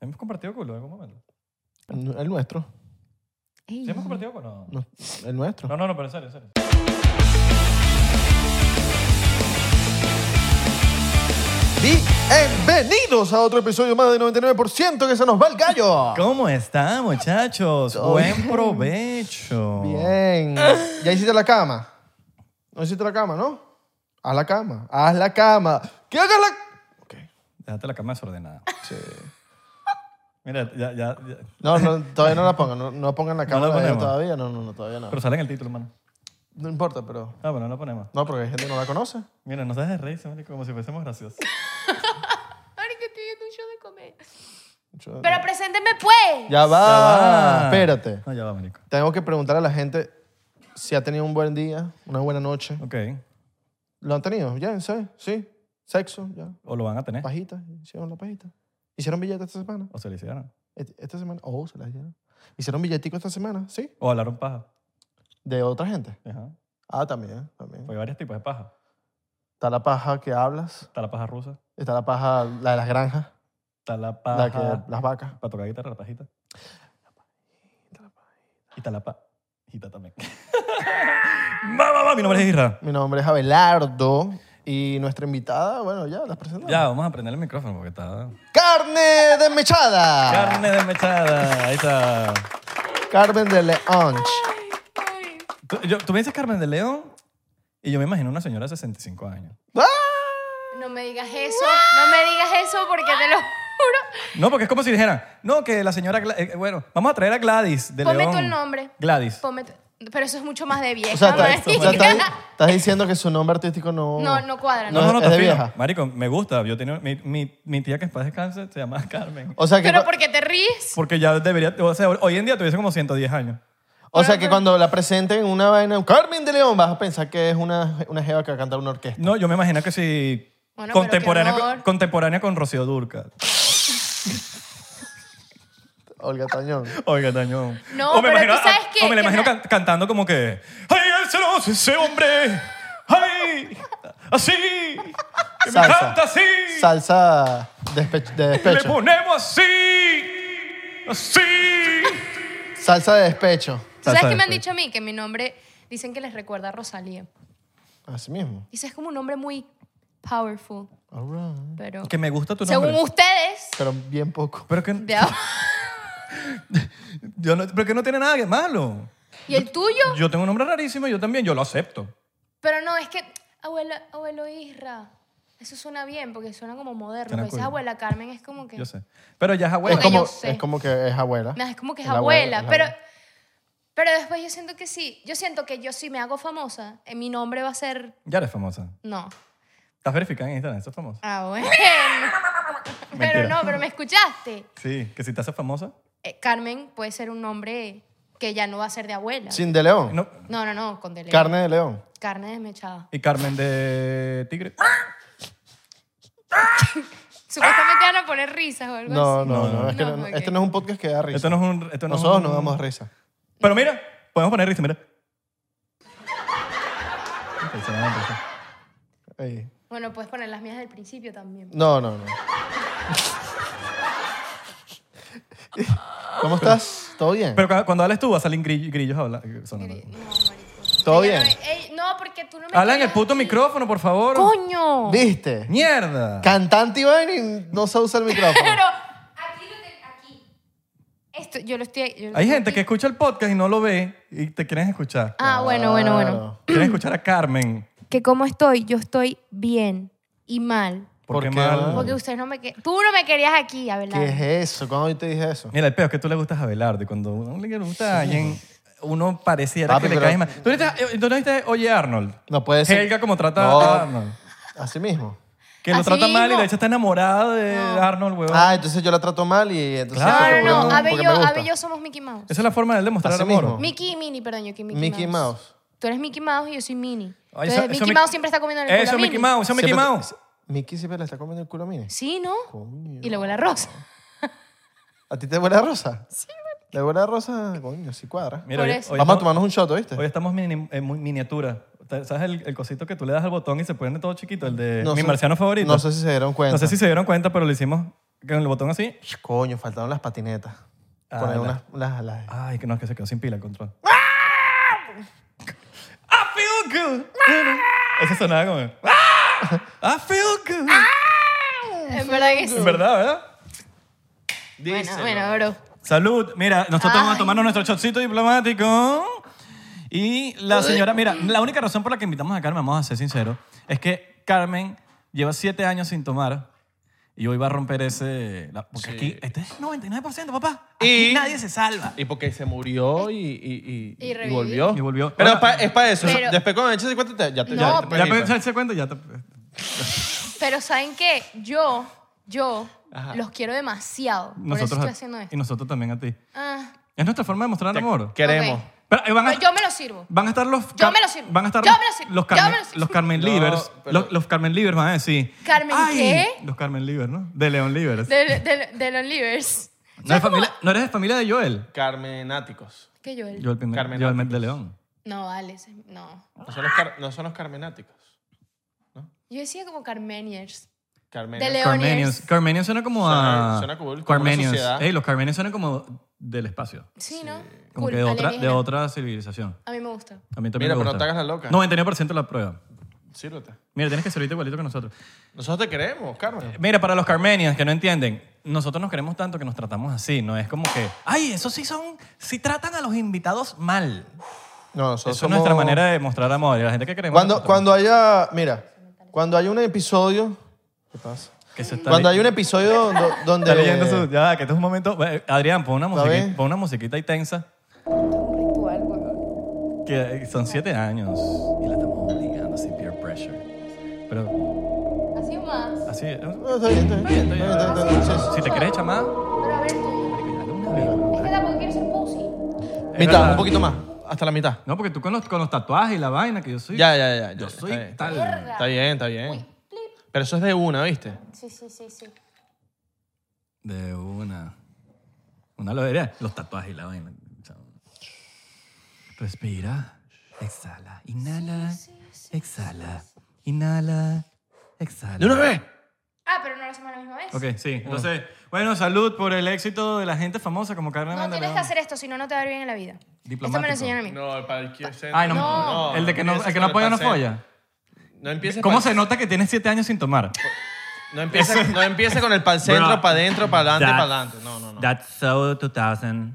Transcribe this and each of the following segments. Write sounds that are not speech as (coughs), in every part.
Hemos compartido culo en algún momento. El nuestro. ¿Sí hemos compartido culo? No. No, el nuestro. No, no, no, pero en serio, en serio. Bienvenidos a otro episodio más de 99% que se nos va el gallo. ¿Cómo están, muchachos? Todo Buen bien. provecho. Bien. ¿Ya hiciste la cama? No hiciste la cama, ¿no? Haz la cama. Haz la cama. ¿Qué hagas la...? Ok. Déjate la cama desordenada. Sí. Mira, ya, ya, ya. No, no, todavía no la pongan. No, no pongan la No la cama de ellos ponemos. todavía. No, no, no, todavía no. Pero sale en el título, mano. No importa, pero... Ah, bueno, no lo ponemos. No, porque hay gente que no la conoce. Mira, no dejes de reírse, marico, como si fuésemos graciosos. Ahora que estoy viendo un show de comedia. Yo- Pero presénteme, pues. Ya va. va. Espérate. No, ya va, marico. Tengo que preguntar a la gente si ha tenido un buen día, una buena noche. Ok. ¿Lo han tenido? ¿Ya? ¿Sí? ¿Sí? ¿Sexo? ¿Ya? O lo van a tener. ¿Pajita? ¿Hicieron la pajita? ¿Hicieron billete esta semana? O se lo hicieron. Et- ¿Esta semana? Oh, se la hicieron. ¿Hicieron billetico esta semana? ¿Sí? O hablaron paja. ¿De otra gente? Ajá. Ah, también, también. Porque hay varios tipos de paja. Está la paja que hablas. Está la paja rusa. Está la paja, la de las granjas. Está la paja... La que, las vacas. Para tocar guitarra, la pajita. Y está la pajita también. (laughs) ¡Va, va, va! Mi nombre es Isra. Mi nombre es Abelardo. Y nuestra invitada, bueno, ya las presentamos. Ya, vamos a prender el micrófono porque está... ¡Carne desmechada! Carne desmechada. Ahí está. Carmen de Leonch. Ay, Tú, yo- tú me dices Carmen de León y yo me imagino una señora de 65 años. Ah, No me digas eso. No me digas eso porque te lo juro. No, porque es como si dijeran, no, que la señora... Gla- eh, bueno, vamos a traer a Gladys de Ponme León. tú el nombre. Gladys. Ponme tu- Pero eso es mucho más de vieja. O sea, estás, marica. o sea, estás- estás diciendo que su nombre artístico no... No, no cuadra, No, no, no, es está de fino. vieja. Marico, me gusta. Yo tenía, mi, mi, mi tía que en paz descanse se llama (laughs) Carmen. O sea que, Pero cu- porque te ríes. Porque ya debería, o sea, hoy en día tuviese como 110 años. o sea que cuando la presenten en una vaina, Carmen de León, vas a pensar que es una, una jeva que va a cantar una orquesta. No, yo me imagino que si Bueno, pero contemporánea, qué con, honor. contemporánea con Rocío Durca. Olga Tañón. Oiga, daño. No, pero tú sabes que- o me la que imagino me- can- cantando como que ¡Ay, ese no, ese hombre! ¡Ay! ¡Así! que ¡Me Salsa. canta así! Salsa despe- ¡Le de despecho. ponemos así! ¡Así! Salsa de despecho. ¿Tú sabes Salsa qué me han de- dicho a mí? Que mi nombre dicen que les recuerda a Rosalía. Así mismo. Dice, es como un nombre muy powerful. All right. Pero Que me gusta tu nombre. según ustedes, Pero bien poco. Pero que, de ahora- yo no, pero que no tiene nada de malo. ¿y el tuyo? Yo tengo un nombre rarísimo y yo también, yo lo acepto. Pero no, es que, abuela, abuelo Isra, eso suena bien porque suena como moderno. Suena A veces cool. abuela Carmen es como que... Yo sé. Pero ya es abuela. Es Porque como, yo sé. es como que es abuela. No, es como que es La abuela, es la pero, abuela. pero después yo siento que sí. Yo siento que yo si me hago famosa, eh, mi nombre va a ser... Ya eres famosa. No. Estás verificada en Instagram, estás famosa. Ah, (laughs) bueno. Mentira. pero no, pero me escuchaste. Sí, que si te haces famosa. Eh, Carmen puede ser un nombre que ya no va a ser de abuela. Sin de León. No. No, no, no, con dele. Carne de León. Carne desmechada. Y Carmen de Tigre. Supuestamente van a poner risas o algo No, así. no, no. es que No, no- ok. este Este no es un podcast que da risa. Esto no es un. Esto no es Nosotros un- no damos risa. Pero mira, podemos poner risa, mira. Ahí se me da risa. Ey. Bueno, puedes poner las mías del principio también. No, (laughs) no, no. ¿Cómo estás? ¿Todo bien? Pero cu- cuando hablas tú, va a salir grill- grillos habla- sonando. No, marico. ¿Todo Ella no bien? me- eh, ey, no, porque tú no me. Habla en el quieres puto así. micrófono, por favor. ¡Coño! ¿Viste? ¡Mierda! Cantante Iván y no sabe usar el micrófono. (laughs) Pero aquí lo que. Aquí. Esto, yo lo estoy. yo lo Hay estoy gente que aquí. escucha el podcast y no lo ve y te quieren escuchar. Ah, bueno, bueno, bueno. Claro. Quieren escuchar a Carmen. Que como estoy, yo estoy bien y mal. ¿Por ¿Por qué qué? mal? Porque ustedes no me. que- Tú no me querías aquí, ¿Qué Abelardo. es eso? ¿Cuándo yo te dije eso? Mira, el peor es que tú le gustas a Abelardo y cuando uno le gusta a alguien, uno pareciera que Papi, le pero- cae mal. ¿Tú no viste- eh, tú no viste Oye Arnold? No puede ser. Helga como trata No. a Arnold. Así mismo. Que lo Así trata mal y mismo. la hecha está enamorada de No. Arnold, huevón. Ah, entonces yo la trato mal y entonces... Claro, porque No, no, no. Porque Abe y porque yo, me gusta. Abe y yo somos Mickey Mouse. Esa es la forma de él demostrar Así amor. mismo. Mickey y Minnie, perdón, yo que Mickey, Mickey Mouse. Tú eres Mickey Mouse y yo soy Minnie. Ay, Entonces, Ah, Oh, eso- eso eh, Mickey mi- Mouse siempre está comiendo el Eso, Mickey Mouse, eso, Mickey Siempre- Mouse. Mickey siempre le está comiendo el culo a Minnie. Sí, ¿no? Coño. Y le huele a rosa. ¿A ti te huele a rosa? Sí. ¿Le huele a rosa? Coño, sí cuadra. Mira, Por hoy, eso. hoy Vamos a estamos, tomarnos un shot, ¿oíste? hoy estamos mini- en muy miniatura. ¿Sabes el, el cosito que tú le das al botón y se pone todo chiquito? El de No mi sé- marciano favorito. No sé si se dieron cuenta. No sé si se dieron cuenta, pero lo hicimos con el botón así. Coño, faltaron las patinetas. Ah, Poner la- unas. las- las- Ay, que no, es que se quedó sin pila el control. ¡Ah! I feel good. ¡Ah! Eso sonaba como. ¡Ah! I feel good. ¡Ah! En verdad que sí. En verdad, ¿verdad? Bueno, bueno, bro. Salud. Mira, nosotros vamos a Ay. tomarnos nuestro shotcito diplomático. Y la señora, mira, la única razón por la que invitamos a Carmen, vamos a ser sinceros, es que Carmen lleva siete años sin tomar y hoy va a romper ese... la- porque aquí, este es 99%, papá. Aquí Y- nadie se salva. Y porque se murió y, y, y, Y y revivió. volvió. Y volvió. Pero Bueno, es pa- es para eso. Pero- Después cuando eches 50 te- ya te No, ya te pero- Ya puedes ir, pues. pensé cuenta, ya te... Pero ¿saben qué? Yo, yo Ajá. los quiero demasiado. por eso Nosotros, estoy a- haciendo esto. y nosotros también a ti. Ah, Es nuestra forma de mostrar Te amor. Queremos. ok. Pero, eh, van a- Pero Pues yo me lo sirvo. Van a estar los. Yo Car- me lo sirvo. Van a estar Yo los, me lo sirvo. los Yo Carmen, me lo sirvo. los Carmen No, Livers. pero- los, los Carmen Livers van a decir. ¿Carmen "Ay", qué? Los Carmen Livers, ¿no? De León Livers. De, de, de los livers. no, es familia- no eres de familia de Joel. Carmenáticos. Que yo el... Joel, Pime- Carmen Joel de León. No, vale, ese- no. No son los, car- no son los carmenáticos. Yo decía como Carmeniers. Carmen- De León. Carmenians. Leoniers. Carmenians suena como Suena- a. suena cool, como una Carmenians. sociedad. Ey, los Carmenians suenan como del espacio. Sí, ¿no? Como Cool, que de otra, de alienígena. otra civilización. A mí me gusta. A mí también Mira, me pero no gusta. te hagas la loca. 99% de la prueba. Sírvete. Mira, tienes que ser igualito que nosotros. Nosotros te queremos, Carmen. Mira, para los Carmenians que no entienden, nosotros nos queremos tanto que nos tratamos así, no es como que, ay, eso sí son, sí tratan a los invitados mal. No, Eso nosotros es nuestra somos- manera de mostrar amor y la gente que queremos. Cuando, nosotros- cuando haya, mira, cuando haya un episodio, ¿qué pasa? que se está Cuando le- hay un episodio do- donde, está leyendo su- ya, que este es un momento, Eh, Adrián, pon una musiquita, bien? pon una musiquita ahí tensa, Ritual, huevón. que son siete años y la estamos obligando sin peer pressure. Pero Así o más. así, eh, No, está bien, está bien, está bien, está bien, está bien, sí, sí. si te quieres chamar, Pero a ver tú. Es que tampoco quiero ser pussy. Mitad, un poquito más. Hasta la mitad. No, porque tú con los, con los tatuajes y la vaina que yo soy. Ya, ya, ya. ya, Yo está soy bien. tal. Verga. Está bien, está bien. Pero eso es de una, ¿viste? Sí, sí, sí, sí. De una. Una lo vería. Los tatuajes y la vaina. chao. Respira. Exhala. Inhala. Exhala. Inhala. Exhala. ¿De una vez? Ah, pero no lo hacemos a la misma vez. Ok, sí. Entonces, bueno, salud por el éxito de la gente famosa como Carmen No, tienes Mandela. que hacer esto, si no, no te va a ir bien en la vida. Esto me Diplomático. lo enseñaron a mí. No, para el Kirchner. Ay, no, No. El de que no, empieces el que no con apoya no consent. folla. No empieces ¿Cómo con- se nota que tienes siete años sin tomar? No (laughs) empieza, no empieza con el pa'l centro, Bro. para adentro, para adelante, para That's- adelante. No, no, no. That's so 2000.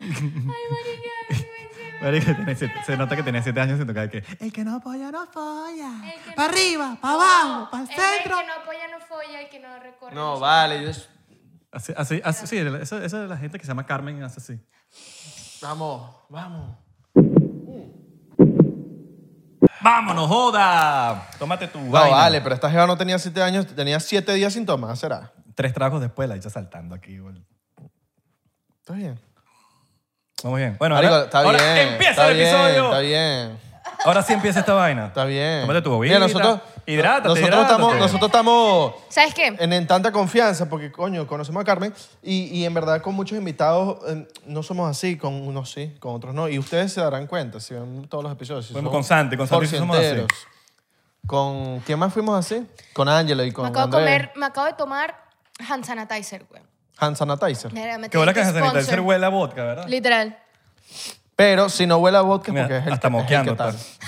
(laughs) Marica, tenés siete- se nota que tenés siete años sin tocar que el que no apoya no folla. Para arriba, para abajo, para el centro. El que no apoya no folla, el que no recorre. No, vale. yo- Así, así, así, sí, eso, eso es la gente que se llama Carmen hace así. Vamos, vamos. ¡Vámonos, joda! Tómate tu No, vaina. vale, pero esta jeva no tenía siete años, tenía siete días sin tomar, ¿será? Tres tragos después la he hecho saltando aquí. bol- Está bien. Vamos bien. Bueno, Marico, ahora, está ahora bien. empieza está el bien, episodio. Está bien, Ahora sí empieza esta vaina. está bien. Tómate tu bobita. Mira, nosotros, Hidrátate, nosotros hidrátate. estamos, nosotros estamos ¿Sabes qué? en, en tanta confianza porque, coño, conocemos a Carmen y, y en verdad con muchos invitados eh, no somos así, con unos sí, con otros no. Y ustedes se darán cuenta si ven todos los episodios. Si Bueno, somos con Santi, con Santi sí somos así. porcienteros. ¿Con quién más fuimos así? Con Angela y con Me acabo, de Andrés. comer, me acabo de tomar hand sanitizer, güey. Hand sanitizer. Mira, me Que bola tienen que se sponsor. sanitizer huele a vodka, ¿verdad? Literal. Pero si no huele a vodka es Mira, porque es el, hasta que, es el que moqueando. tal. pues.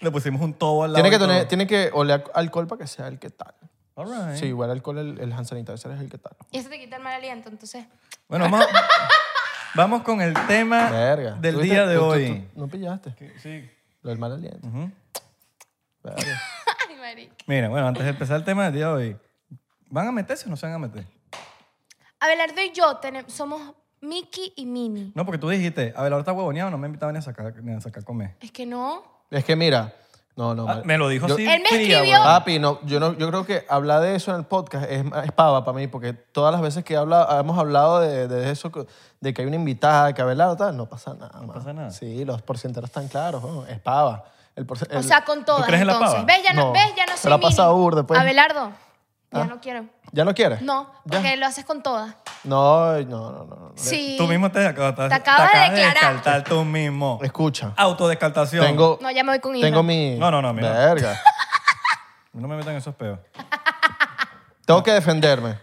Le pusimos un tobo al lado. Tiene que, y todo. tener, tiene que oler a alcohol para que sea el que tal. All right. Si huele a alcohol, el, el hand sanitizer es el que tal. Y eso te quita el mal aliento, entonces. Bueno, (laughs) vamos, vamos con el tema Verga. del ¿Tú viste? día de Tú- tú- hoy. tú no pillaste. Sí. Lo del mal aliento. Verga. Ay, marica. Mira, bueno, antes de empezar el tema del día de hoy, ¿van a meterse o no se van a meter? Abelardo y yo tenem- somos Mickey y Minnie. No, porque tú dijiste, a ver, ahora está huevoneado, no me invitaba ni a sacar, ni a sacar a comer. Es que no. Es que mira. No, no. Ah, vale. me lo dijo Yo- así. Él me fría, escribió. huevón. Papi, no, yo, no, yo creo que hablar de eso en el podcast es, es pava para mí, porque todas las veces que habla, hemos hablado de, de eso, que- de que hay una invitada, que Abelardo tal, no pasa nada. No pasa nada. Sí, los porcenteros están claros, ¿no? es pava. El porce- O el- sea, con todas. crees en la entonces. pava? ¿Ves? Ya no, No. ¿Ves? Ya no Pero soy ha Minnie. pasado burda, pues. Abelardo. Ya Ah. no quiero. ¿Ya lo quieres? No, ¿Ya? porque lo haces con todas. No, no, no, no. no. Sí. Tú mismo te acabas, Te acabas de declarar. descartar tú mismo. Escucha, Autodescartación. Pues, tengo, No, ya me voy con Isra. tengo mi... No, no, no, mira. Verga. No me metan en esos peos. Tengo que defenderme.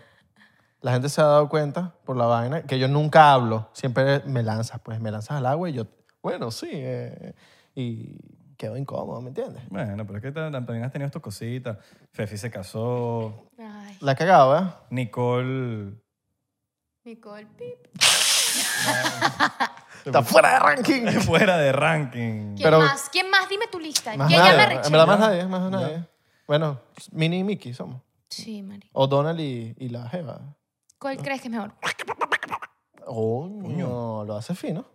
La gente se ha dado cuenta por la vaina que yo nunca hablo. Siempre me lanzas, pues me lanzas al agua y yo, bueno, sí. eh, y quedo incómodo, ¿me entiendes? Bueno, pero es que ta- también has tenido tus cositas. Fefi se casó. Ay, La cagaba, ¿eh? Nicole. (laughs) Nicole, pip. Está fuera de ranking. fuera de ranking. ¿Quién Pero- más? ¿Quién más? Dime tu lista. Más ¿Quién nadie. ya me en rechazó? verdad, más nadie, más nadie. Bueno, Minnie y Mickey somos. Sí, Mari. O Donald y, y la Jeva. ¿Cuál crees que es mejor? Oh, no, lo hace fino.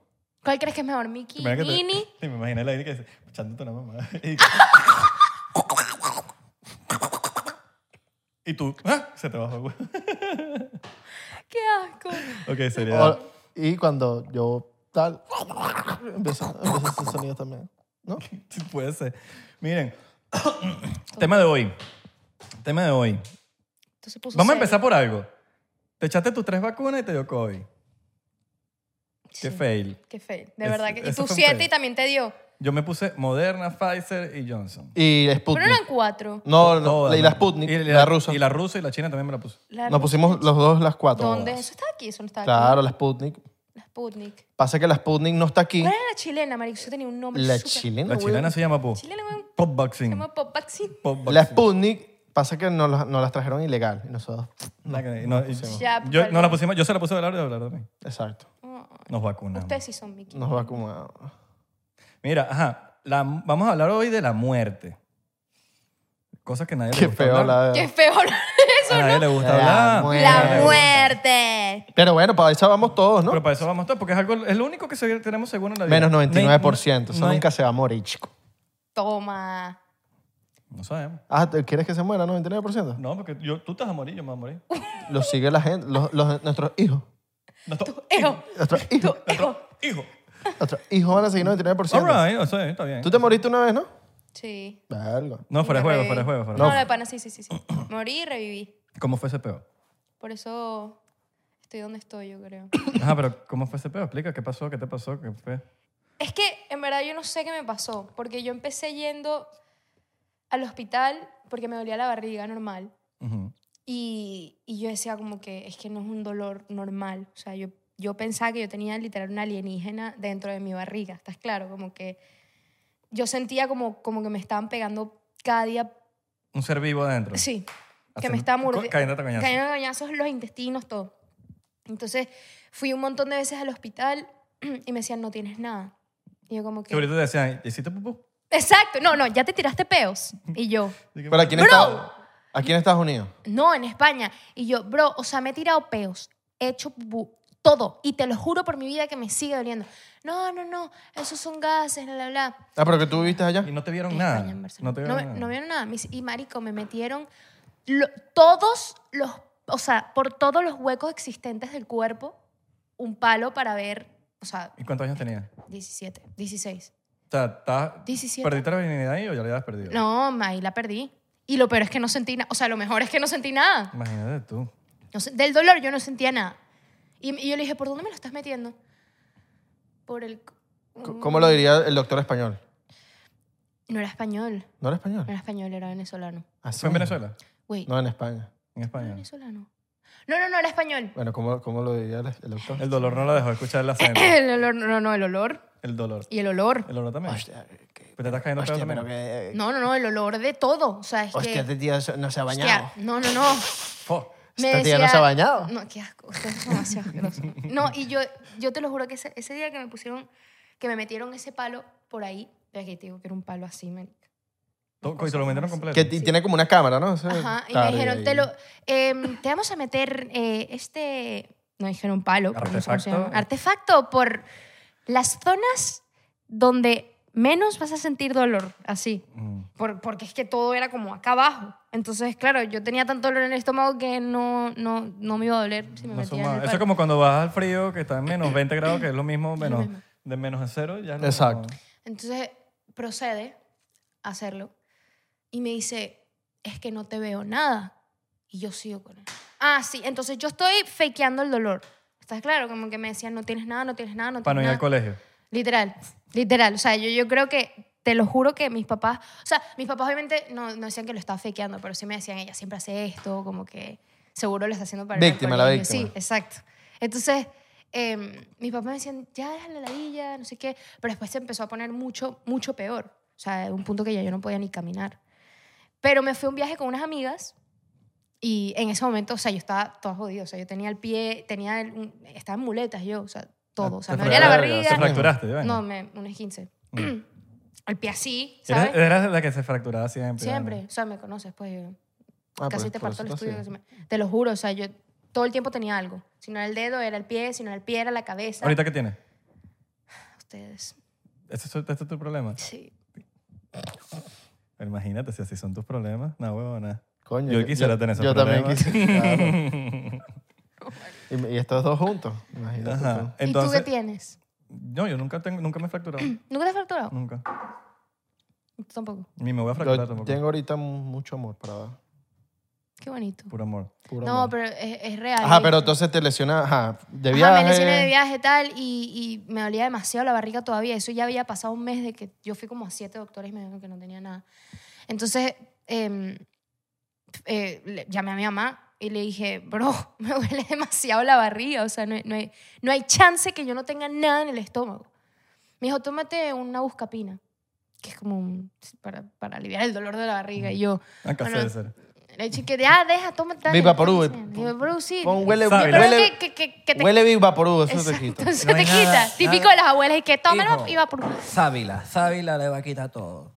¿Cuál crees que es mejor? ¿Mickey? Mira que (laughs) te- ¿Mini? Sí, me imaginé la aire que dice, echándote una mamá. (laughs) Y, y tú, ah, se te bajó. güey. (laughs) ¡Qué asco! ok, sería. O- y cuando yo tal, empieza, empieza ese sonido también. ¿No? (laughs) Sí, Puede ser. Miren, (clears throat) tema de hoy. Tema de hoy. Entonces se puso Vamos a serio. empezar por algo. Te echaste tus tres vacunas y te dio COVID. Qué Sí. fail. Qué feo. De Es- verdad que. Y eso tú fue un siete fail. y también te dio. Yo me puse Moderna, Pfizer y Johnson. Y Pero eran Sputnik. cuatro. No, no, Todas, y la ¿no? Sputnik, Y la, rusa. Y la rusa y la china también me la puse. La- Nos pusimos los dos las cuatro. ¿Dónde? Eso está aquí, eso no está aquí. Claro, la Sputnik. La Sputnik. Pasa que la Sputnik no está aquí. ¿Cuál era la chilena, marico? Eso tenía un nombre La súper- chilena. La güey. chilena se llama Pop. Chilena, güey. Pop Se Vaccine. llama Pop Vaccine. Pop La Vaccine. Sputnik, pasa que nos, las- nos las trajeron ilegal. Y nosotros, La que- no, y- Ya, yo, vale. no la pusimos, yo se la puse a hablar de hablar también. exacto, Nos vacunamos. Oh, Ustedes sí son Mickey. nos vacunaron. Mira, ajá, la- vamos a hablar hoy de la muerte. Cosas que nadie le Qué gusta feo hablar. la Qué feo hablar de eso, a ¿no? nadie le gusta La hablar. muerte. La muerte. Pero bueno, para eso vamos todos, ¿no? Pero para eso vamos todos, porque es algo, es lo único que se- tenemos seguro en la vida. Menos No 99%. hay- Eso no hay- nunca se va a morir, chico. Toma. No sabemos. Ah, ¿te- ¿quieres que se muera 99%? No, porque yo, tú te vas a morir, yo me voy a morir. Lo sigue la gente, los, los- nuestros hijos. Nuestro Ejo. (laughs) Nuestros hijos. Ejo. hijo. Nuestros hijos van a seguir 99%. All right, eso es, está bien. ¿Tú te moriste una vez, no? Sí. Verga. No, fuera de juego, Reviví. fuera de juego. Fuera de No, juego. la de pana, sí, sí, sí. sí. Morí y reviví. ¿Cómo fue ese peo? Por eso estoy donde estoy, yo creo. Ajá, pero ¿cómo fue ese peo? Explica, ¿qué pasó? ¿Qué te pasó? ¿Qué fue? Es que en verdad yo no sé qué me pasó, porque yo empecé yendo al hospital porque me dolía la barriga normal. Ujú. Y, y yo decía como que es que no es un dolor normal. O sea, yo, yo pensaba que yo tenía literal una alienígena dentro de mi barriga, ¿estás claro? Como que yo sentía como, como que me estaban pegando cada día. Un ser vivo adentro. Sí, que Haciendo- me estaban co- mordiendo. Cayéndote a coñazo. Caían a gañazos los intestinos, todo. Entonces fui un montón de veces al hospital (clears throat) y me decían, no tienes nada. Y yo como que... Que ahorita te decían, ¿y ¿hiciste pupú? Exacto, no, no, ya te tiraste peos. Y yo, Dije, Pero aquí en, Bro. Estados, aquí en Estados Unidos. no, en España. Y yo, bro, o sea, me he tirado peos, he hecho bu- todo. Y te lo juro por mi vida que me sigue doliendo. No, no, no, esos son gases, bla, bla, bla. Ah, pero que tú viviste allá. Y no te vieron En nada. España, en no Barcelona. te vieron me- nada. no vieron nada. Mis- Y marico, me metieron lo- todos los, o sea, por todos los huecos existentes del cuerpo, un palo para ver, o sea, ¿Y cuántos años tenías? 17, 16. O sea, estabas- 17. ¿perdiste la virginidad ahí o ya la habías perdido? No, ma, ahí la perdí. Y lo peor es que no sentí nada. O sea, lo mejor es que no sentí nada. Imagínate tú. No sé, del dolor yo no sentía nada. Y, y yo le dije, ¿por dónde me lo estás metiendo? Por el... c- C- ¿Cómo lo diría el doctor español? No era español, ¿No era no español? era español, era venezolano. Así ¿Fue en mismo. Venezuela? Güey, no, No, en España. En era España. venezolano. No, no, no, era español. Bueno, ¿cómo, cómo lo diría el, el doctor? El dolor no la dejó escuchar el (coughs) acento. (clears throat) El olor, no, no, el olor. El dolor. Y el olor. El olor también. Hostia, que- Pues te estás cayendo pedo hostia, también. pero que- No, no, no, el olor de todo. O sea, es Hostia, que... este tío no se ha bañado. hostia, no, no, no. Fo. Me Esta tía no se ha bañado. No, qué asco. Ustedes son demasiado asquerosos. No, y yo, yo te lo juro que ese, ese día que me pusieron, que me metieron ese palo por ahí, de que te digo que era un palo así, marica. Toco Y te lo metieron completo. Que ti- tiene como una cámara, ¿no? Ese- Ajá, y me claro, dijeron, ahí- te lo. em, te vamos a meter eh, este. No dijeron palo, pero no sé cómo se llama. Artefacto por las zonas donde menos vas a sentir dolor, así. Mm. Por- porque es que todo era como acá abajo. Entonces, claro, yo tenía tanto dolor en el estómago que no, no, no me iba a doler si me No metía en suma- el Eso es palo. como cuando vas al frío, que (coughs) está en menos 20 grados, que es lo mismo, menos, mismo. de menos a cero. Ya no, Exacto. Entonces procede a hacerlo y me dice, es que no te veo nada. Y yo sigo con él. Ah, sí, entonces yo estoy fakeando el dolor. ¿Estás claro? Como que me decían, no tienes nada, no tienes nada, no tienes Para no ir nada. al colegio. Literal, literal. O sea, yo, yo creo que te lo juro que mis papás, o sea, mis papás obviamente no, no decían que lo estaba fequeando, pero sí me decían, ella siempre hace esto, como que seguro lo está haciendo para... ir al Víctima, la colegio". víctima. Sí, exacto. Entonces, eh, mis papás me decían, ya déjala la villa, no sé qué, pero después se empezó a poner mucho, mucho peor. O sea, a un punto que ya yo no podía ni caminar. Pero me fui a un viaje con unas amigas y en ese momento, o sea, yo estaba toda jodida. O sea, yo tenía el pie, tenía el- un- estaba en muletas yo, o sea, todo. O sea, me dolía la fracturaste, Te barriga. fracturaste, ¿verdad? No, me, un 15. (clears throat) el pie así, Eras, ¿sabes? eras la que se fracturaba siempre. Siempre. ¿verdad? O sea, me conoces, pues yo Ah, casi por- te por parto el eso estudio. está casi así. me- Te lo juro, o sea, yo todo el tiempo tenía algo. Si no era el dedo, era el pie, si no era el pie, era la cabeza. ¿Ahorita qué tienes? Ustedes, ¿Este es, tu- este es tu problema? sí. Imagínate, si así son tus problemas. No, (laughs) huevona. Coño, Yo quisiera tener esos Yo también problemas. quisiera. claro. y, y estos dos juntos. Imagínate Ajá. tú. ¿Y tú Entonces, qué tienes? no, yo nunca, tengo, nunca me he (clears throat) fracturado. ¿Nunca te has fracturado? nunca. Mm. Tú tampoco. Ni me voy a Yo fracturar tampoco. tengo ahorita mu- mucho amor para dar. Qué bonito. Puro amor. Puro no, amor. pero es, es real. ¿eh? Ajá, pero ¿viste? entonces te lesionas. Ajá, de Ajá, viaje. me lesioné de viaje tal y, y me dolía demasiado la barriga todavía. Eso ya había pasado un mes de que yo fui como a siete doctores y me dijeron que no tenía nada. Entonces eh, eh, le- llamé a mi mamá y le dije, bro, (laughs) me duele demasiado la barriga. O sea, no, hay- no hay, no hay chance que yo no tenga nada en el estómago. Me dijo, tómate una buscapina, que es como un- para, para aliviar el dolor de la barriga. Y yo, Ah, Acá Bueno, se Ah, ser. le dije, que ah, deja, tómate. Viva Perú, eh. Vivaporú, sí. Pon huele, Sabe, huele, ¿no? Pero es huele, que, que, que, que te Big Vaporub, eso te quita. Exacto, eso No te hay quita. nada, Típico nada. de las abuelas, es que Hijo. tómalo y va por... Sábila, Sábila le va a quitar todo.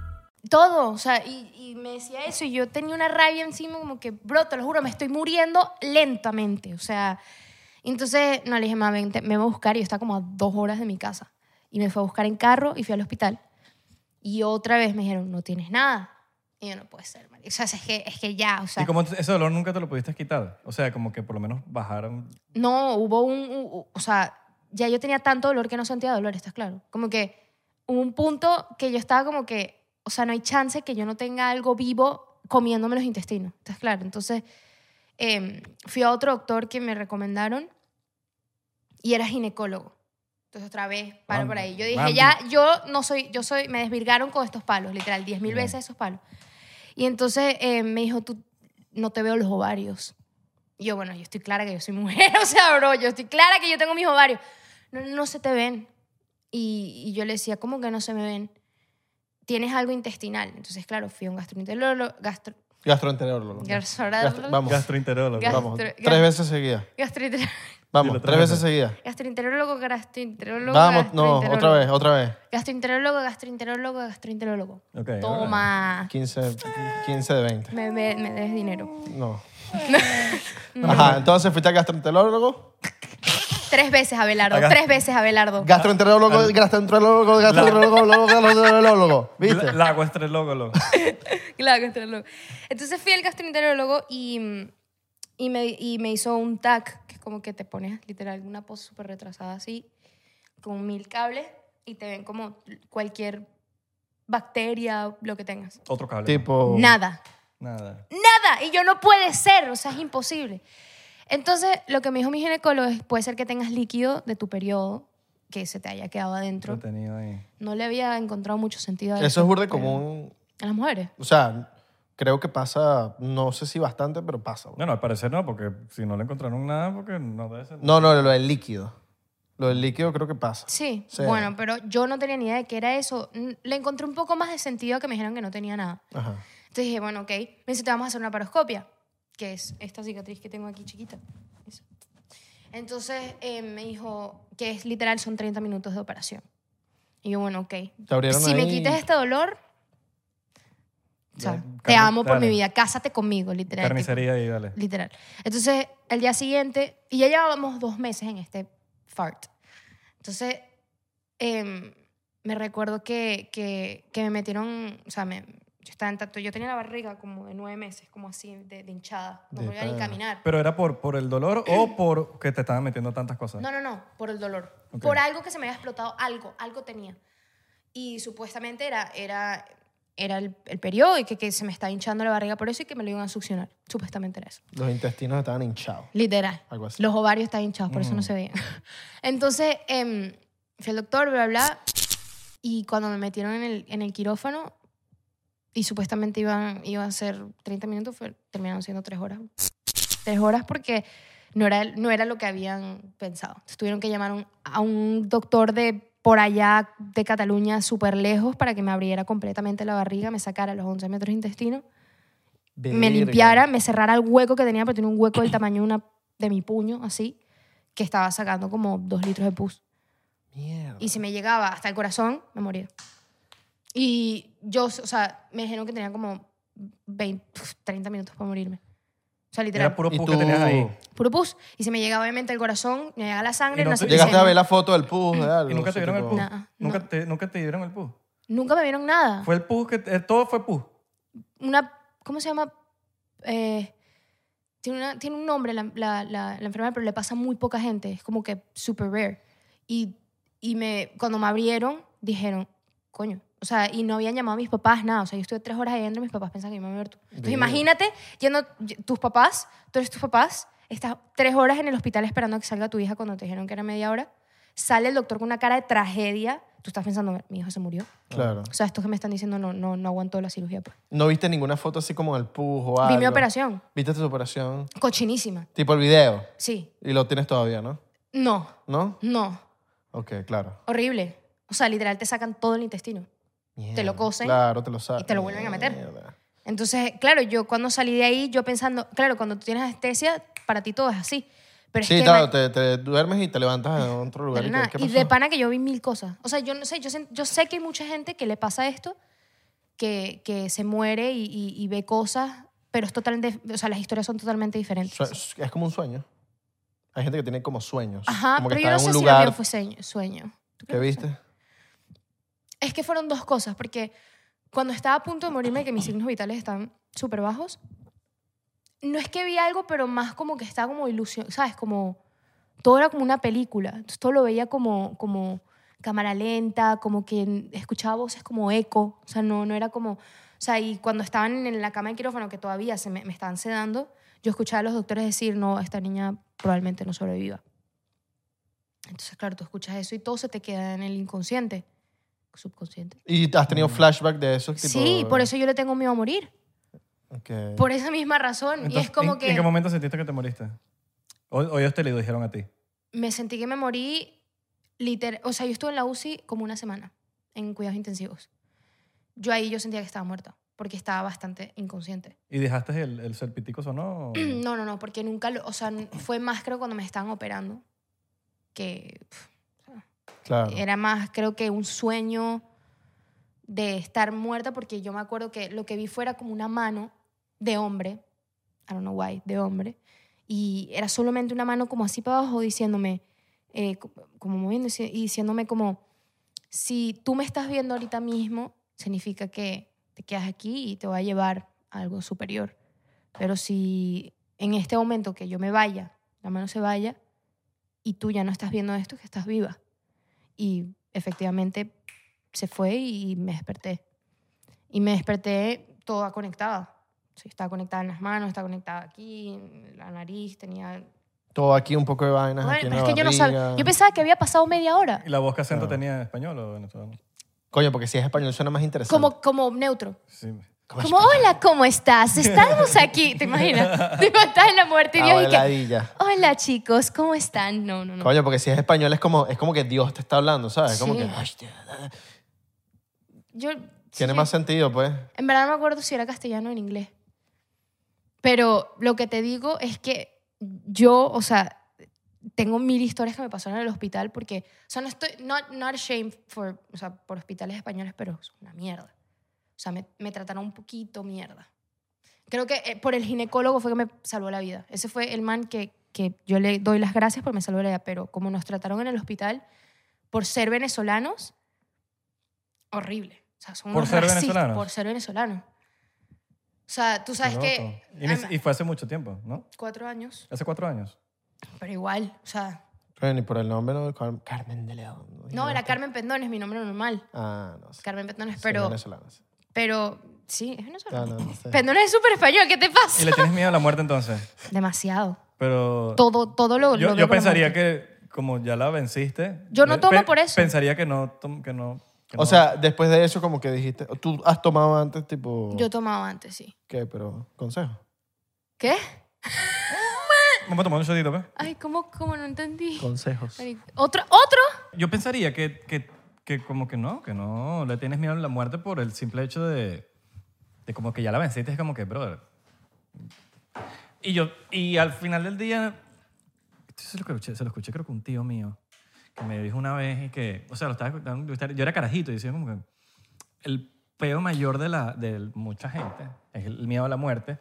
Todo, o sea, y, y me decía eso y yo tenía una rabia encima como que, bro, te lo juro, me estoy muriendo lentamente, o sea... Entonces, no, le dije, mamá, vente, me voy a buscar y yo estaba como a dos horas de mi casa. Y me fue a buscar en carro y fui al hospital. Y otra vez me dijeron, no tienes nada. Y yo, no puede ser, marico. O sea, es que, es que ya, o sea... ¿Y como ese dolor nunca te lo pudiste quitar? O sea, como que por lo menos bajaron. No, hubo un, u- u- O sea, ya yo tenía tanto dolor que no sentía dolor, ¿estás claro? Como que hubo un punto que yo estaba como que. O sea, no hay chance que yo no tenga algo vivo comiéndome los intestinos, ¿estás claro? Entonces, eh, fui a otro doctor que me recomendaron y era ginecólogo. Entonces, otra vez, paro Bambi, por ahí. Yo dije, Bambi. ya, yo no soy, yo soy, me desvirgaron con estos palos, literal, 10.000 mil Bien. veces esos palos. Y entonces eh, me dijo, tú no te veo los ovarios. Y yo, bueno, yo estoy clara que yo soy mujer, (laughs) o sea, bro, yo estoy clara que yo tengo mis ovarios. No, no se te ven. Y, y yo le decía, ¿cómo que no se me ven? Tienes algo intestinal. Entonces, claro, fui a un gastroenterólogo, gastro, Gastroenterólogo. Gastro- gastroenterólogo, vamos, Gastroenterólogo. Gas- vamos. gastro- Tres veces seguidas. gastroenterólogo, Dilo Vamos, tres tres veces veces. seguidas. (laughs) gastroenterólogo, gastroenterólogo, Vamos, no, otra gastroenterólogo. vez, otra vez. Gastroenterólogo, gastroenterólogo, gastroenterólogo. Ok, Eh, Toma. 15, 15 de 20. Me, me, me debes dinero. (laughs) No. Ajá, entonces fuiste al gastroenterólogo. Tres veces, Abelardo. Acá- Tres veces, Abelardo. Gastroenterólogo, gastroenterólogo, gastroenterólogo, gastroenterólogo. ¿Viste? La gastroenterólogo. Claro, gastroenterólogo. Entonces fui al gastroenterólogo y, y, me, y me hizo un TAC, que es como que te pones literal una pose súper retrasada así, con mil cables y te ven como cualquier bacteria, lo que tengas. Otro cable. Tipo. Nada. Nada. nada. Y yo no puede ser, o sea, es imposible. Entonces, lo que me dijo mi ginecólogo es, puede ser que tengas líquido de tu periodo que se te haya quedado adentro. Entretenido ahí. No le había encontrado mucho sentido a eso. Eso es burde pero- común. A las mujeres. O sea, creo que pasa, no sé si bastante, pero pasa. bro. Bueno, al parecer no, porque si no le encontraron nada, porque no debe ser. No, no, lo del líquido. Lo del líquido creo que pasa. Sí. Sí. Bueno, pero yo no tenía ni idea de qué era eso. N- Le encontré un poco más de sentido a que me dijeron que no tenía nada. Ajá. Entonces dije, bueno, ok. Me dice, te vamos a hacer una paroscopia, que es esta cicatriz que tengo aquí chiquita. Eso. Entonces eh, me dijo que es literal, son 30 minutos de operación. Y yo, bueno, ok. Te abrieron Si me ahí. quitas este dolor, o sea, Ya, te carne- amo por dale. mi vida, cásate conmigo, literal. Carnicería ahí, dale. Literal. Entonces, el día siguiente, y ya llevábamos dos meses en este fart. Entonces, em, me recuerdo que, que, que me metieron, o sea, me, yo, estaba en tanto, yo tenía la barriga como de nueve meses, como así, de, de hinchada. No De podía ni pana. caminar. ¿Pero era por, por el dolor o por que te estaban metiendo tantas cosas? No, no, no, por el dolor. Por algo que se me había explotado, algo, algo tenía. Y supuestamente era, era, era el, el periodo y que, que se me estaba hinchando la barriga por eso y que me lo iban a succionar. Supuestamente era eso. Los intestinos estaban hinchados. Literal. Algo así. Los ovarios están hinchados, por eso no se veían. (laughs) Entonces, em, fui al doctor, bla, bla. Y cuando me metieron en el, en el quirófano y supuestamente iban, iban a ser 30 minutos, fue- terminaron siendo 3 horas. 3 horas porque no era, no era lo que habían pensado. Entonces, tuvieron que llamar a un- a un doctor de por allá de Cataluña, súper lejos, para que me abriera completamente la barriga, me sacara los 11 metros de intestino me limpiara, me cerrara el hueco que tenía, pero tenía un hueco del tamaño de, una, de mi puño, así, que estaba sacando como dos litros de pus. Mierda. Y si me llegaba hasta el corazón, me moría. Y yo, o sea, me dijeron que tenía como 20, 30 minutos para morirme. O sea, literal, Era puro ¿Y pus tú que tenías ahí. puro pus. Y si me llegaba obviamente el corazón, me llegaba la sangre, ¿Y no una te- Llegaste a septicemia. ver la foto del pus de algo. ¿Y nunca te así, dieron el tipo- pus? No, ¿Nunca, no. Te, ¿Nunca te dieron el pus? Nunca me vieron nada. Fue el pus que... eh, todo fue pus. Una, ¿cómo se llama? Eh, tiene, una- tiene un nombre la, la, la- la enfermedad, pero le pasa a muy poca gente. Es como que super rare. Y, y me, cuando me abrieron, dijeron, coño. O sea, y no habían llamado a mis papás, nada. O sea, yo estuve tres horas ahí adentro y mis papás pensaban que yo me había muerto. Entonces, Verga. imagínate, yendo, y- tus papás, tú eres tus papás, estás tres horas en el hospital esperando a que salga tu hija cuando te dijeron que era media hora. Sale el doctor con una cara de tragedia. Tú estás pensando, mi hijo se murió. Claro. O sea, estos que me están diciendo no, no, no aguantó la cirugía. Pues. ¿No viste ninguna foto así como del pus o algo? Vi mi operación. ¿Viste tu operación? Cochinísima. Tipo el video. Sí. Y lo tienes todavía, ¿no? No, ¿No? no. Ok, claro. Horrible. O sea, literal te sacan todo el intestino. Te lo cosen. Claro, te lo sacan. y te lo vuelven a meter. Mierda. Entonces, claro, yo cuando salí de ahí, yo pensando, claro, cuando tú tienes anestesia, para ti todo es así. Pero es Sí, que claro, ma- te, te duermes y te levantas en otro lugar. pero y que, nada, ¿qué y pasó? de pana que yo vi mil cosas. O sea, yo no sé, yo, sen- yo sé que hay mucha gente que le pasa esto, que, que se muere y, y- y ve cosas, pero es totalmente, o sea, las historias son totalmente diferentes. Sue- Es como un sueño. Hay gente que tiene como sueños. Ajá, como que pero yo está en no sé un si lo lugar mío fue sueño. sueño. ¿Tú que crees fue viste. Es que fueron dos cosas, porque cuando estaba a punto de morirme, que mis signos vitales están súper bajos, no es que vi algo, pero más como que estaba como ilusión, ¿sabes? Como todo era como una película, entonces todo lo veía como, como cámara lenta, como que escuchaba voces como eco, o sea, no, no era como, o sea, y cuando estaban en la cama de quirófano, que todavía se me, me estaban sedando, yo escuchaba a los doctores decir, no, esta niña probablemente no sobreviva. Entonces, claro, tú escuchas eso y todo se te queda en el inconsciente, subconsciente. Y has Mm. tenido flashback de eso. Tipo, Sí, por eso yo le tengo miedo a morir. Ok. Por esa misma razón. y es Entonces, como ¿en, que ¿En qué momento sentiste que te moriste? ¿O, o ellos te lo dijeron a ti? me sentí que me morí. Liter o sea, yo estuve en la UCI como una semana en cuidados intensivos. Yo ahí yo sentía que estaba muerta porque estaba bastante inconsciente. (clears throat) ¿Y dejaste el, el serpitico sonó? o- No, no, no, porque nunca, lo, o sea, n- fue más creo cuando me estaban operando que pf, Claro. era más creo que un sueño de estar muerta porque yo me acuerdo que lo que vi fuera como una mano de hombre, I don't know why, de hombre, y era solamente una mano como así para abajo diciéndome, eh, co- como moviéndose y diciéndome como, si tú me estás viendo ahorita mismo, significa que te quedas aquí y te va a llevar a algo superior. Pero si en este momento que yo me vaya, la mano se vaya, y tú ya no estás viendo esto, es que estás viva. Y efectivamente se fue y me desperté. Y me desperté toda conectada. Sí, estaba conectada en las manos, estaba conectada aquí, en la nariz, tenía... Todo aquí un poco de vainas. Bueno, aquí en pero es la que yo no sabía. barriga. Yo pensaba que había pasado media hora, ¿Y la voz que acento Claro. tenía español o venezolano? Coño, porque si es español suena más interesante. como, como neutro. Sí. Pues (laughs) Como, hola, ¿cómo estás? Estamos aquí, ¿te imaginas? Te estás en la muerte y Ah, Dios y que, Mm. bailadilla. hola chicos, ¿cómo están? No, no, no. Coño, porque si es español es como, es como que Dios te está hablando, ¿sabes? Como Sí. que ay, tía, Yo, tiene sí, más sentido, pues. En verdad no me acuerdo si era castellano o en inglés. Pero lo que te digo es que yo, o sea, tengo mil historias que me pasaron en el hospital porque, o sea, no estoy, not, not ashamed for, o sea, por hospitales españoles, pero es una mierda. O sea, me, me trataron un poquito mierda. Creo que eh, por el ginecólogo fue que me salvó la vida. Ese fue el man que, que yo le doy las gracias por me salvó la vida, pero como nos trataron en el hospital, por ser venezolanos, horrible. O sea, son ¿Por unos ser racistas venezolanos? Por ser venezolano. O sea, tú sabes Qué que... loco. Y, ni- además, y fue hace mucho tiempo, ¿no? Cuatro años, Hace cuatro años. pero igual, o sea... Pero ni por el nombre, no. Car- Carmen de León. No, era Carmen Pendones, mi nombre normal. Ah, no sé. Carmen Pendones, Soy pero... venezolano, sí. Pero sí, es venezolano. Ah, no, no sé. Pendones es súper español, ¿qué te ¿Y pasa? le tienes miedo a la muerte entonces? Demasiado. Pero Todo, todo lo... yo, lo yo veo como pensaría muerte. que como ya la venciste... eh, Yo no pe- tomo por eso. Pensaría que no... tom- que no que O no- sea, después de eso, como que dijiste. Tú has tomado antes, tipo. Yo tomaba antes, sí. ¿Qué? Pero, consejo. ¿Qué? Vamos a tomar un shotito, pues. Ay, ¿cómo, cómo no entendí? Consejos. Marico. ¿Otro? ¿Otro? Yo pensaría que, que, que como que no, que no le tienes miedo a la muerte por el simple hecho de, de como que ya la venciste, es como que, brother. Y yo, y al final del día, esto se lo escuché, se lo escuché creo que un tío mío, que me dijo una vez y que, o sea, lo estaba escuchando, yo estaba- yo era carajito y decía como que el peo mayor de, la, de mucha gente es el miedo a la muerte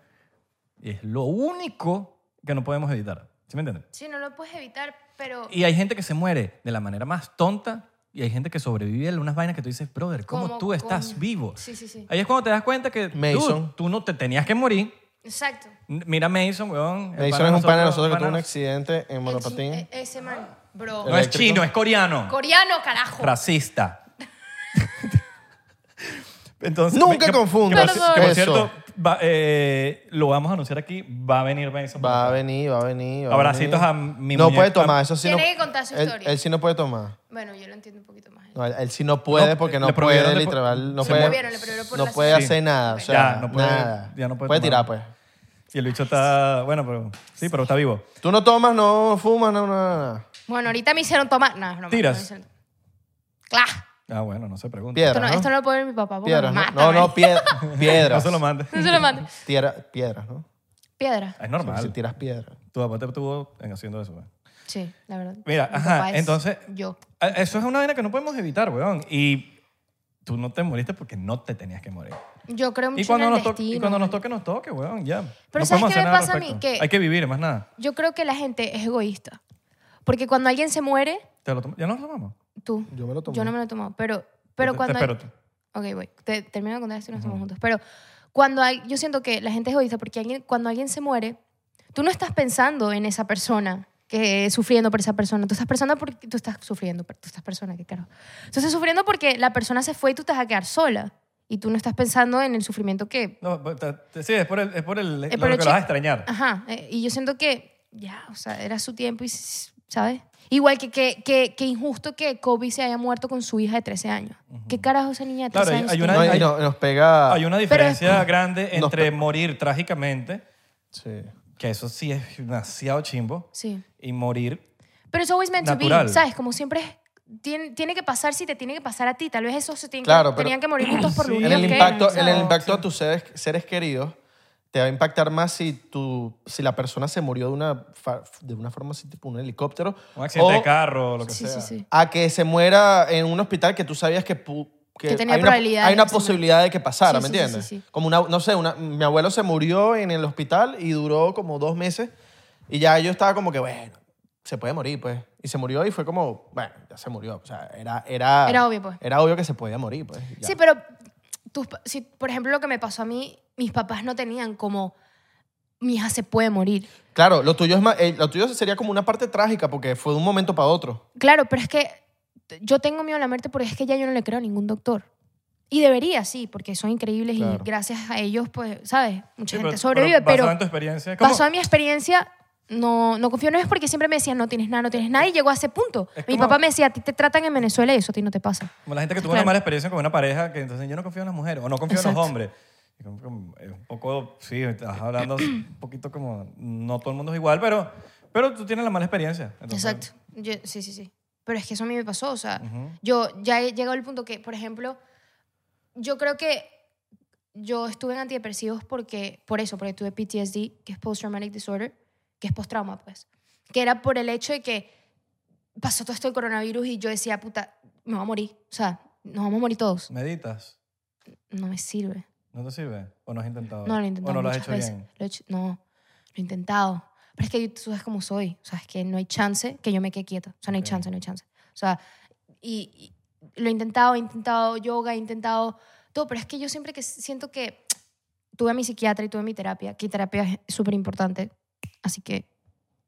y es lo único que no podemos evitar. ¿Sí me entiendes? Sí, no lo puedes evitar, pero... Y hay gente que se muere de la manera más tonta y hay gente que sobrevive a unas vainas que tú dices, brother, ¿cómo, ¿Cómo tú estás coño? vivo? Sí, sí, sí. Ahí es cuando te das cuenta que tú, Mason. tú no te tenías que morir. Exacto. N- Mira a Mason, weón. el Mason es un pan de nosotros que pana tuvo un nos- accidente en El monopatín. chi- e- Ese man, bro. No es eléctrico. chino, es coreano. Coreano, (laughs) carajo. racista. Entonces, Nunca que- confundas que por- que por eso. cierto, va- eh, lo vamos a anunciar aquí, va a venir Mason. Va a venir, va a venir. va Abracitos venir. a mi No muñeca. puede tomar, eso sí. Tiene no- que contar su él- historia. Él, sí no puede tomar. Bueno, yo lo entiendo un poquito más. No, él, él sí no puede No, eh, porque le no prohibieron puede, de por- literal. No se puede, movieron, le prohibieron por no la puede sesión. hacer nada. O Ya, sea, no puede- nada. ya no puede Puede tomar. tirar, pues. Y el bicho está, bueno, pero sí, pero está vivo. Tú no tomas, no fumas, no, no, no, no. Bueno, ahorita me hicieron tomar. No, no, ¿Tiras? no me hicieron- ¡Claro! Ah, bueno, no se pregunta. Piedra. Esto no, ¿no? esto no lo ¿eh? puede ver mi papá porque Piedras, me ¿no? mata. No, no, marico. (laughs) pie- piedras. No se lo (laughs) mandes. No se lo mande. Tira- piedras, ¿no? Piedra. Es normal. Si tiras piedras. Tu papá te estuvo en haciendo eso. güey. Sí, la verdad. Mira, Mi ajá, papá es entonces- Yo. A- Ah, Eso es una vaina que no podemos evitar, weón. Y tú no te moriste porque no te tenías que morir. Yo creo mucho Y cuando, en el nos toque, y destino, cuando nos marico. toque, nos toque, weón, ya. Pero No ¿sabes podemos qué hacer me nada al pasa a mí? respecto. Que- Hay que vivir, más nada. Yo creo que la gente es egoísta. Porque cuando alguien se muere, ¿Te lo tom- ¿Ya nos lo tomamos? tú. Yo me lo tomé. Yo no me lo he tomado. Pero, pero Te- te cuando. espero tú. Ok, voy. Te, termino de contar esto y nos tomamos juntos. Pero cuando hay, yo siento que la gente es egoísta porque alguien, cuando alguien se muere, tú no estás pensando en esa persona que sufriendo por esa persona. Tú estás pensando porque tú estás sufriendo por esta persona, qué caro. Tú estás sufriendo porque la persona se fue y tú te vas a quedar sola. Y tú no estás pensando en el sufrimiento que No, pero te- te- sí, es por el, es por el, lo Eh, que lo pero vas che- a extrañar. Ajá, eh, y yo siento que ya, o sea, era su tiempo y, s- ¿sabes? Igual que, que, que, que injusto que Kobe se haya muerto con su hija de 13 años. ¿Qué carajo esa niña de Claro, 13 hay- años? hay tiene? No, y hay- no- nos Ah. pega. Hay una diferencia grande entre morir trágicamente, Sí. que eso sí es demasiado chimbo, Sí. y morir. Pero es always meant to Natural. be, ¿sabes? Como siempre es- tiene, tiene que pasar si te tiene que pasar a ti. Tal vez eso se tiene Claro, que, pero- tenían que morir juntos (clears throat) por lo En el unidos que impacto, eran, en ¿sabes? el impacto a tus seres, seres queridos, te va a impactar más si, tu, si la persona se murió de una, fa- de una forma así, tipo un helicóptero. Un accidente o de carro, lo que Sí, sea. sí, sí. A que se muera en un hospital que tú sabías que. pu- Que tenía hay una, probabilidades hay una de que se posibilidad de que pasara, Sí, ¿me sí, sí, entiendes? sí, sí. Como una, no sé, una, mi abuelo se murió en el hospital y duró como dos meses y ya yo estaba como que, bueno, se puede morir, pues. Y se murió y fue como, bueno, ya se murió. O sea, era... Era, Era obvio, pues. Era obvio que se podía morir, pues. ya. Sí, pero tus pa- si, por ejemplo, lo que me pasó a mí, mis papás no tenían como mi hija se puede morir. Claro, lo tuyo, es más, eh, lo tuyo sería como una parte trágica porque fue de un momento para otro. Claro, pero es que yo tengo miedo a la muerte porque es que ya yo no le creo a ningún doctor. Y debería, sí, porque son increíbles Claro. y gracias a ellos, pues, ¿sabes? Mucha Sí, gente pero- sobrevive, basado pero en tu experiencia, ¿cómo? pasó a mi experiencia, no, no confío en ellos porque siempre me decían, no tienes nada, no tienes nada, y llegó a ese punto. Es Mi como- papá me decía, a ti te tratan en Venezuela y eso a ti no te pasa. Como la gente que tuvo Claro. una mala experiencia con una pareja que entonces yo no confío en las mujeres o no confío en Exacto. los hombres. Y como- como, eh, Un poco, sí, estás hablando un poquito como no todo el mundo es igual, pero, pero tú tienes la mala experiencia. Entonces, Exacto. Yo- sí, sí, sí. Pero es que eso a mí me pasó. O sea, yo ya he llegado al punto que, por ejemplo, yo creo que yo estuve en antidepresivos porque, por eso, porque tuve PTSD, que es Post Traumatic Disorder, que es post-trauma, pues. Que era por el hecho de que pasó todo esto del coronavirus y yo decía, puta, me voy a morir. O sea, nos vamos a morir todos. ¿Meditas? No me sirve. ¿No te sirve? ¿O no has intentado? No, lo he intentado ¿O no lo has muchas hecho veces. bien? Lo he hecho- no, lo he intentado. Pero es que yo- tú sabes cómo soy. O sea, es que no hay chance que yo me quede quieta. O sea, no hay chance, no hay chance. O sea, y, y lo he intentado, he intentado yoga, he intentado todo, pero es que yo siempre que siento que tuve a mi psiquiatra y tuve mi terapia, que terapia es súper importante, así que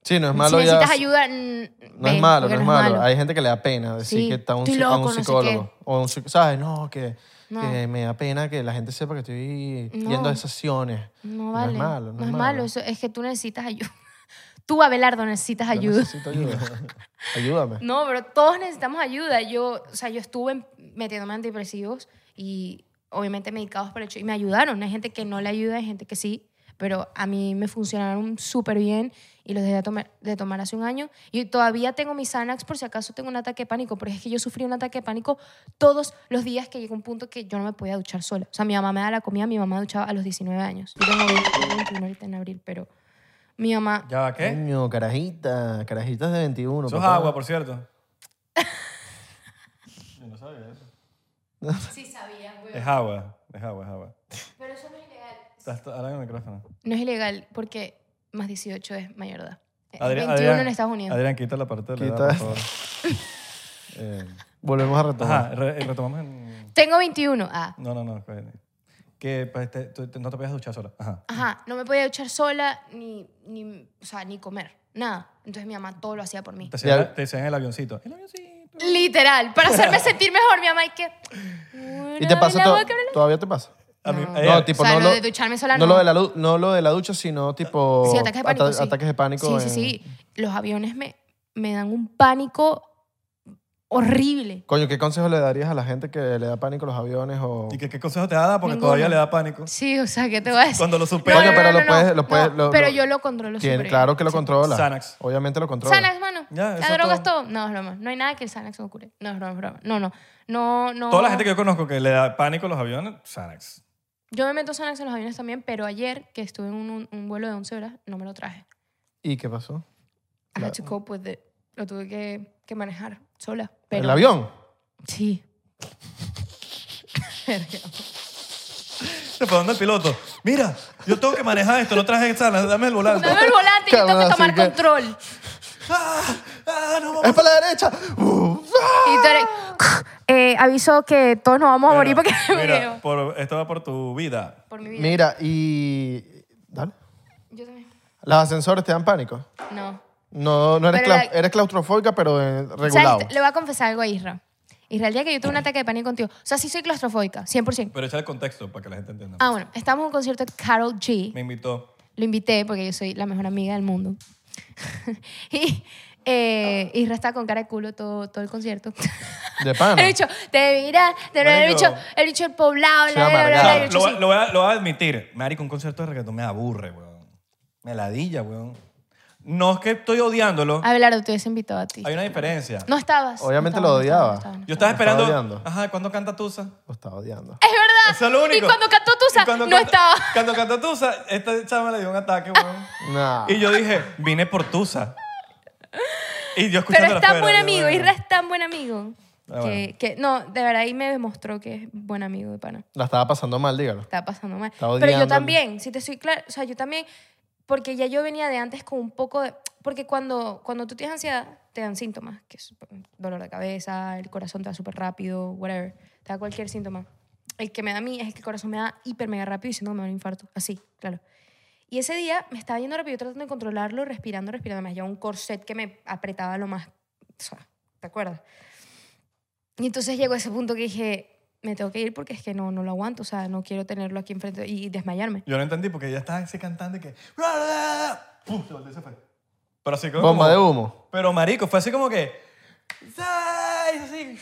Sí, no es malo si ya. necesitas ayuda, mm, No es ve, malo, porque no es malo. Hay gente que le da pena decir Sí, que está un, estoy psi- a loco, un no sé qué. psicólogo. o un psic- ¿Sabes? No, que, No. que me da pena que la gente sepa que estoy No. yendo a sesiones. No vale. No es malo. No, es malo. Eso, es que tú necesitas ayuda. (laughs) Tú, Abelardo, necesitas Yo ayuda. necesito (laughs) ayuda. Ayúdame. No, pero todos necesitamos ayuda. Yo, o sea, yo estuve en- metiéndome antidepresivos y obviamente medicados por hecho y me ayudaron. Hay gente que no le ayuda, hay gente que sí, pero a mí me funcionaron súper bien y los dejé de tomar, de tomar hace un año. Y todavía tengo mis Xanax por si acaso tengo un ataque de pánico, porque es que yo sufrí un ataque de pánico todos los días que llegó un punto que yo no me podía duchar sola. O sea, mi mamá me da la comida, mi mamá duchaba a los 19 años. Yo tengo 20, tengo 21 ahorita en abril, pero mi mamá... ¿Ya va qué? Coño, carajita. Carajitas de 21. Eso es papá. agua, por (laughs) cierto. Sí sabía, güey. Es agua, es agua, es agua. Pero eso no es ilegal. Estás to- habla en el micrófono. No es ilegal porque más 18 es mayor edad. Es Adri- 21 Eh, en Estados Unidos. Adrián, quita la parte de la edad, Quita. por favor. Eh, Volvemos a retomar. ajá, re- eh, retomamos en... Tengo 21. Ah. No, no, no. coño. Que pues, te- tú- te- no te podías duchar sola. Ajá. Ajá, no me podía duchar sola ni, ni, o sea, ni comer, nada. Entonces mi mamá todo lo hacía por mí. Te hacían, Ya- te hacían el avioncito. El avioncito. Literal, para hacerme sentir mejor, mi mamá, y que... ¿Y te pasa todo? ¿Todavía te pasa? A mí- eh, No. ayer- No, tipo, O sea, no lo de ducharme sola no. no. lo de la, lu- no lo de la ducha, sino tipo. Sí, ataques de pánico. ata- sí. ataques de pánico Sí, sí, en- sí. Los aviones me, me dan un pánico horrible. Coño, ¿qué consejo le darías a la gente que le da pánico a los aviones o...? ¿Y qué, qué consejo te da? Porque Ninguno. todavía le da pánico. Sí, o sea, ¿qué te voy a decir? Cuando lo supera. Coño, pero lo puedes- lo puedes- lo- pero lo- yo lo controlo Tiene- súper bien. claro que lo Sí. controla. Xanax. Obviamente lo controla. Xanax, mano. Ya, eso la droga todo. es todo. No, es broma. No hay nada que el Xanax no cure. No, es broma, es broma. No, no. No, no. Toda la gente que yo conozco que le da pánico a los aviones, Xanax. Yo me meto Xanax en los aviones también, pero ayer que estuve en un, un- un vuelo de 11 horas, no me lo traje. Ah, ¿Y qué pasó? I La- had to cope with it. Lo tuve que, que manejar sola. Pero, ¿El avión? (laughs) Sí. Se fue donde el piloto. Mira, yo tengo que manejar esto, no traje Xanax, dame el volante. Dame el volante, yo tengo Cabrón, así que tomar que- control. ¡Ah! ¡Ah, no ¡Es vamos! para la derecha! ¡Uh! ¡Ah! Y (laughs) tú eres, eh, aviso que todos nos vamos a morir porque (laughs) me Mira, veo. por, esto va por tu vida. Por mi vida. Mira, y... Dale. Yo también. ¿Los ascensores te dan pánico? No. No, no eres, Pero la- clau- eres claustrofóbica, pero eh, ¿Sabes? regulado. Le voy a confesar algo a Israel. Israel, el día que yo tuve un ataque de pánico contigo, o sea, sí soy claustrofóbica, 100%. Pero echa el contexto para que la gente entienda. Ah, bueno, estábamos en un concierto de Carol G. Me invitó. Lo invité porque yo soy la mejor amiga del mundo. y eh, Israel estaba con cara de culo todo, todo el concierto. De pana. el bicho, te dirá, te dirá, el Marico. bicho, el bicho, el poblado, Soy bla, bla, bla, bla, amargado. el Claro, lo, va- bicho, sí. lo voy a, lo voy a admitir. Marico, un concierto de reggaetón me aburre, weón. Me ladilla, weón. No es que estoy odiándolo. Abelardo, te hubiese invitado a ti. Hay una diferencia. Ah, No estabas. no Obviamente estabas, lo no estabas, odiaba. no estabas, no Yo estaba Me estaba esperando. odiando. Ajá, ¿cuándo canta Tusa? Lo estaba odiando. estabas. Eso Es es verdad. lo único. Ah, Y cuando cantó Tusa, Y cuando no canta- estaba. Cuando cantó Tusa, esta chama le dio un ataque, weón. Nah. Y yo dije, vine por Tusa. Y yo escuchando Pero es tan buen amigo, Isra es tan buen amigo. Que, que- no, de verdad ahí me demostró que es buen amigo de pana. La estaba pasando mal, dígalo. Estaba pasando mal. Está Pero yo odiándolo. también, si te soy claro, o sea, yo también, porque ya yo venía de antes con un poco de, porque cuando, cuando tú tienes ansiedad, te dan síntomas, que es dolor de cabeza, el corazón te da súper rápido, whatever, te da cualquier síntoma. El que me da a mí es el que el corazón me da hiper mega rápido y si no me da un infarto, así, claro. Y ese día me estaba yendo rápido, yo tratando de controlarlo, respirando, respirando. Me llevaba un corset que me apretaba lo más. O sea, ¿te acuerdas? Y entonces llegó ese punto que dije, me tengo que ir porque es que no, no lo aguanto. O sea, no quiero tenerlo aquí enfrente y desmayarme. Yo no entendí porque ella estaba así cantando y que. ¡Pum! Se volteó y se fue. Pero así como. Bomba de humo. Pero marico, fue así como que. ¡Ay! Así.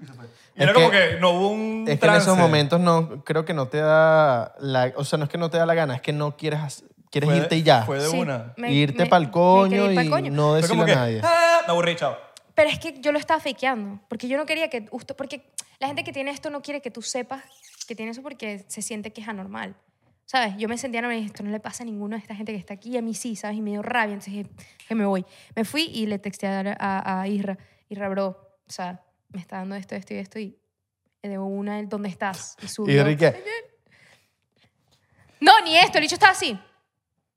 Y se fue. Y Es era que- como que no hubo un. Es que en esos trance. momentos no, creo que no te da la... O sea, no es que no te da la gana, es que no quieres, hac- quieres Fue de- irte y ya. Fue de una. irte pa'l coño quería ir pa'l y coño. no Fue como decirle que. a nadie. ¡Ah! Me aburrí, chao. Pero es que yo lo estaba fakeando. Porque yo no quería que... usted- Porque la gente que tiene esto no quiere que tú sepas que tiene eso porque se siente que es anormal. ¿Sabes? Yo me sentía normal y dije, esto no le pasa a ninguna de esta gente que está aquí. A mí sí, ¿sabes? Y me dio rabia. Entonces dije, que me voy. Me fui y le texté a, a, a Isra. Isra, bro, o sea, me está dando esto, esto y esto. Y de una, él, ¿dónde estás? Y Y subió. Enrique, No, ni esto. El bicho estaba así.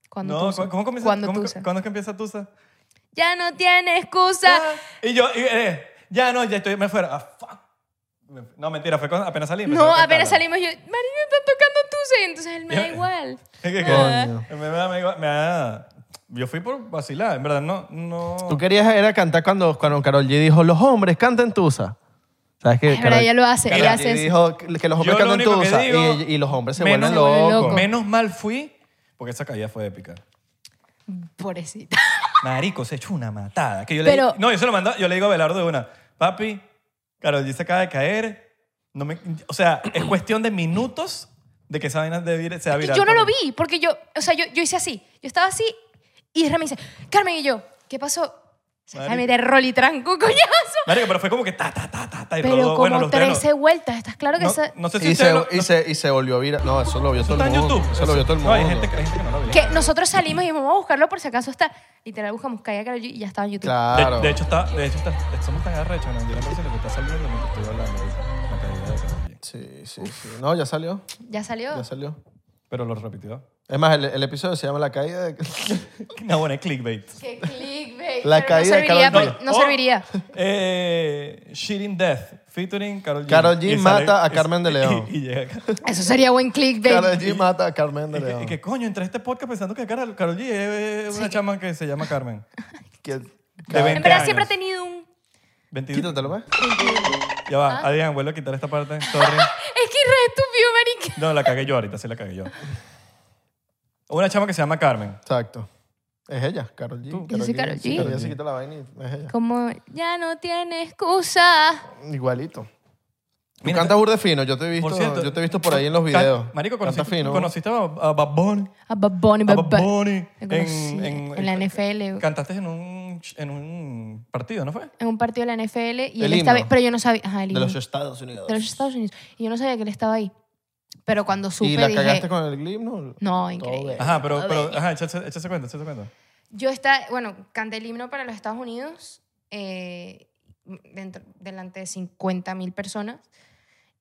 Cuando No, tusa. ¿cu- ¿cómo comienza? Cuando cómo- tusa. ¿Cuándo es que empieza Tusa? Ya no tiene excusa. Ah, Y yo, y, eh, ya no, ya estoy, me fuera. Ah, fuck. No, mentira, fue cuando apenas salimos. No, (laughs) apenas salimos yo, María, me están tocando tuce. Entonces él me da igual. Ah. Me, da- me da- me da- yo fui por vacilar, en verdad, no. no Tú querías era cantar cuando, cuando Carol G dijo, los hombres cantan tusa. ¿Sabes qué? Es verdad, ella lo hace, Karol ella G hace eso. dijo que los hombres Yo lo cantan único que tusa digo, y, y los hombres se menos- vuelven Se vuelven locos. locos. Menos mal fui, porque esa caída fue épica. Pobrecita. Marico, se echó una matada. Que yo le Pero- di- no, yo se lo mando, yo le digo a Belardo de una, papi, Carol G se acaba de caer. No me, o sea, es cuestión de minutos de que esa vaina de vir- sea Y viral. yo no por- lo vi, porque yo, o sea, yo, yo hice así. Yo estaba así y Israel me dice, Carmen y yo, ¿qué pasó? Se Marico. me meter rol y tranco, (laughs) coñazo. Marico, pero fue como que ta, ta, ta, ta, ta. Y Pero rodó. como bueno, los dedos no- 13 vueltas, ¿estás claro que no, esa- no sé si Y ustedes se, lo- y, se, y se volvió viral. No, eso lo vio todo está el en mundo. YouTube. Eso lo vio todo el No, mundo. hay gente, que- hay gente que no lo ve. Que nosotros salimos y dijimos, vamos a buscarlo por si acaso está. Literal, buscamos Calla Karol G y ya estaba en De, YouTube. Claro. de hecho, está, de hecho está, somos tan arrechos, ¿no? Yo no sé lo que está saliendo mientras estoy hablando. ahorita, La caída de Karol G. sí, sí, sí. No, ya salió. Ya salió. Ya salió. Pero lo repitió. (laughs) Es más, el, el episodio se llama La caída de... (laughs) No, bueno, es clickbait. Qué clickbait. La Pero caída de no Karol G. Oh. serviría. por- Pues, no O, serviría. Eh, Shitting Death, featuring Carol G. Karol G Y mata sale- a Carmen de y- León. Y, y llega. Eso sería buen clickbait. Karol G mata a Carmen de Y que, y León. que, coño, entré a este podcast pensando que Carol, Karol G es una chama que se llama Carmen. Que- De 20 en verdad años. siempre ha tenido un... 22. Quítatelo, ¿ves? Ya va, Ah. Adrián, vuelvo a quitar esta parte. Sorry. Es que Israel es estúpido, marica. No, la cagué yo ahorita, sí la cagué yo. Una chama que se llama Carmen. Exacto. Es ella, Carol G. Yo soy Karol G. Sí, Karol G se quita la vaina y es ella. Como ya no tiene excusa. Igualito. Tú Mira, cantas burde fino, yo te he visto, Por cierto, yo te he visto por ahí en los Ca- videos. Marico, cantas conociste, fino. conociste a, a Bad Bunny. A Bad Bunny, A Bad Bad Bunny. Bunny. Lo conocí, en la NFL. Cantaste en un, en un partido, ¿no fue? En un partido de la NFL. Y El él estaba, himno. pero yo no sabía. Ajá, el de himno. los Estados Unidos. de los Estados Unidos. Y yo no sabía que él estaba ahí. Pero cuando supe, ¿Y la dije. cagaste con el glimno? No, Todo increíble. bien. Ajá, pero, pero ajá, échase, échase cuenta, échase cuenta. Yo está, bueno, canté el himno para los Estados Unidos eh, dentro- delante de 50 mil personas.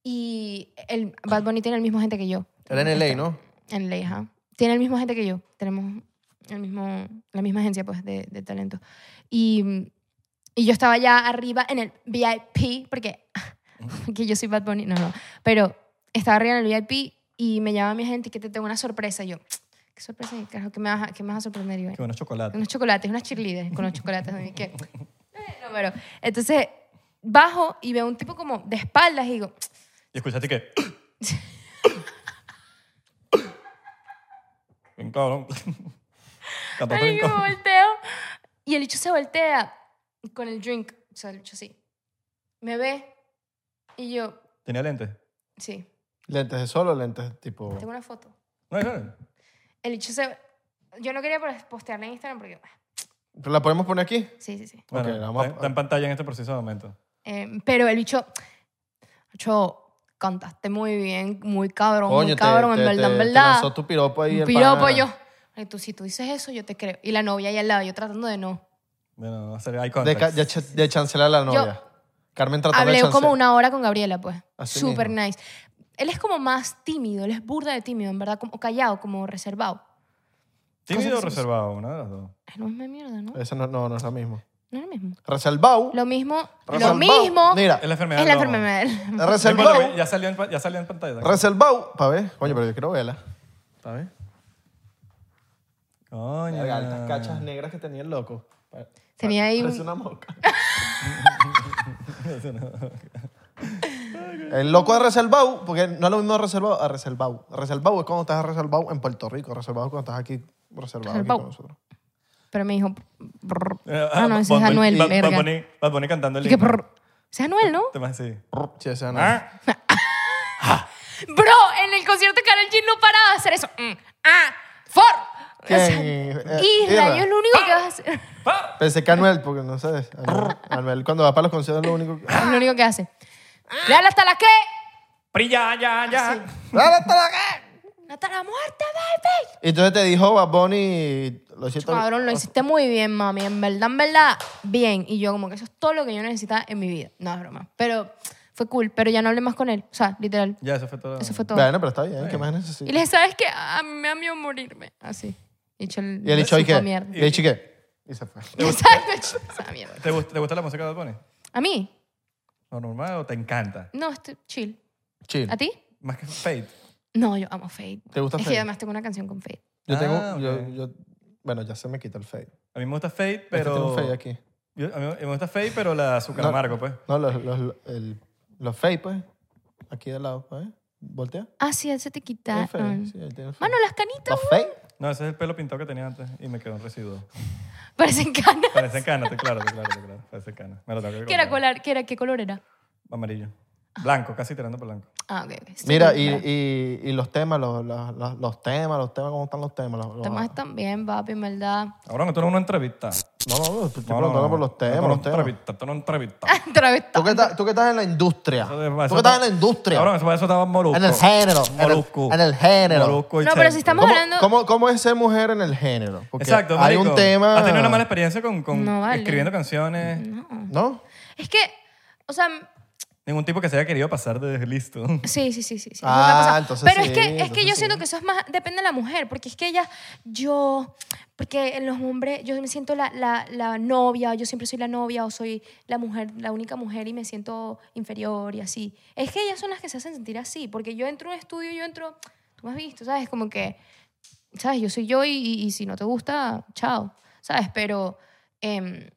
Y el Bad Bunny tiene el mismo gente que yo. Era en LA, ¿no? En Leija. Tiene el mismo gente que yo. Tenemos el mismo, la misma agencia pues, de, de talento. Y, y yo estaba allá arriba en el VIP, porque (laughs) que yo soy Bad Bunny, no, no. Pero estaba arriba en el VIP y me llama mi gente que te tengo una sorpresa. Y yo, ¿qué sorpresa? ni carajo? ¿Qué me vas a, qué me vas a sorprender, Iván? Qué buenos chocolates. Unos chocolates, unas cheerleaders con los chocolates. de mí, que, "Eh, no, pero, entonces bajo y veo un tipo como de espaldas y digo, Y escuchaste (laughs) que. Bien cabrón. Cantaste bien Marico, me cabrón. volteo. Y el bicho se voltea con el drink. O sea, el bicho así. Me ve. Y yo, Tenía lentes. sí, Lentes de solo, lentes tipo. tengo una foto. No, no. El bicho se. Yo no quería postearla en Instagram porque. ah, ¿Pero ¿La podemos poner aquí? Sí, sí, sí. Bueno, Ok, vamos a- está, está en pantalla en este preciso momento. Eh, pero el bicho. Yo, cantaste muy bien, muy cabrón, muy Coño, te, cabrón, te, en verdad, te- en te verdad. lanzó tu piropo ahí. Un el piropo pana. yo. Ay, tú, si tú dices eso, yo te creo. Y la novia ahí al lado, yo tratando de no. Bueno, hacer eye De, ca- contact. de, cha- de chancelar a la novia. Carmen trató de Hablé chancelar. como una hora con Gabriela, pues. Así Súper mismo. nice. Él es como más tímido, él es burda de tímido, en verdad, como callado, como reservado. Tímido o cosas- reservado, una de las dos. Ay, No es mi mierda, ¿no? Esa no, no, no es la misma. No es lo mismo. Reservado. Lo mismo, lo reservado. mismo Mira, Es la enfermedad. es la del ojo. enfermedad. (laughs) No importa, reservado. Ya salió en, pa- ya salió en pantalla. Reservado. Pa' ver. Coño, pero yo quiero verla. Pa' ver. Coño. Verga, Las cachas negras que tenía el loco. Pa- Tenía ahí Parece un... una (laughs) mosca. El loco de reservado, porque no es lo mismo reservado a reservado. Reservado es cuando estás reservado en Puerto Rico, reservado es cuando estás aquí reservado aquí Reservado. con nosotros. Pero me dijo... brr. Eh, Ah, no, ese es Bad Bunny- Anuel, Bad- Bad verga. Bunny- Bad Bunny cantando el Y que himno. brr. Ese es Anuel, ¿no? Te vas así. Sí, ese es Anuel. Ah, Bro, en el concierto de Karol G no paraba de hacer eso. Mm, ah, for. ¿Quién? O sea, Eh, Isra, Isra. yo es lo único que vas a hacer. Pensé que Anuel, porque no sabes. Anuel, Anuel cuando va para los conciertos es lo único que... Es lo único que hace. Dale hasta la que. brilla, ya, ya. ¡Dale hasta la que! Hasta la muerte, baby. Y entonces te dijo Bad Bunny, lo siento, Cabrón, lo hiciste muy bien, mami. En verdad, en verdad, bien. Y yo como que eso es todo lo que yo necesitaba en mi vida. No, es broma. Pero fue cool. Pero ya no hablé más con él. O sea, literal. Ya, eso fue todo. Eso fue todo. Bueno, pero está bien, ¿qué más necesitas? Y le dije, ¿sabes qué? A mí me da miedo morirme. Así. Y, hecho el, Y el dicho, ¿y qué? supo Y (laughs) mierda. (laughs) el dicho, ¿y qué? Y se fue. Exacto, el chico, esa mierda. ¿Te gusta, ¿Te gusta la música de Bad Bunny? A mí. ¿O normal o te encanta? No, estoy chill. Chill. ¿A ti? Más que Fate. No, yo amo Fade. ¿Te gusta Es que Fade? además tengo una canción con Fade. Yo Ah, tengo. ok. yo- yo- bueno, ya se me quita el fade. A mí me gusta Fate, Pero. pero... tengo fade aquí. Yo- a mí me gusta Fate, pero la azúcar No. amargo, pues. No, los, los, el- los fade, pues. Aquí de lado, pues. Voltea. Ah, sí, él se te Ahí quita. fade, sí, ahí tiene el fade. Mano, las canitas Los fade. No, ese es el pelo pintado que tenía antes y me quedó un residuo. parecen canas. Parece cana, estoy claro, estoy claro, estoy claro. Parece cana. Me lo tengo que ¿Qué era, comprar. colar? ¿Qué era? ¿Qué color era? Amarillo. Blanco, casi tirando por blanco. Ah, ok. ok. Sí, Mira, no, y, claro. y, y los temas, los, los, los- los temas, los temas, ¿cómo están los temas? Los- los- Temas también, papi, en verdad. (laughs) Ahora no tú eres una entrevista. No, no, no, estoy No, preguntando por los temas, los Tú eres una temas. entrevista, tú eres una entrevista. Otra vez Tú que, estás, tú que estás en la industria. Eso de- Tú eso que estás está- en la industria. Cabrón, eso, eso estaba Molusco. En el género. en el- Molusco. En el género. Molusco y No, pero Chente. si estamos ¿Cómo, hablando. cómo, cómo es ser mujer en el género? Porque Exacto, hay marico. un tema... ¿Has tenido una mala experiencia con, con No vale. escribiendo canciones? ¿No? Es que, o sea, Ningún tipo que se haya querido pasar de listo. (laughs) (laughs) sí, sí, sí, sí. sí, eso me Ah, ha pasado. entonces Pero sí, es que, es que entonces yo sí. siento que eso es más, depende de la mujer, porque es que ella, yo, porque en los hombres, yo me siento la, la, la novia, yo siempre soy la novia, o soy la mujer, la única mujer y me siento inferior y así. Es que ellas son las que se hacen sentir así, porque yo entro a un estudio, yo entro, tú me has visto, ¿sabes? Como que, ¿sabes? Yo soy yo y, y- y si no te gusta, chao, ¿sabes? Pero... em,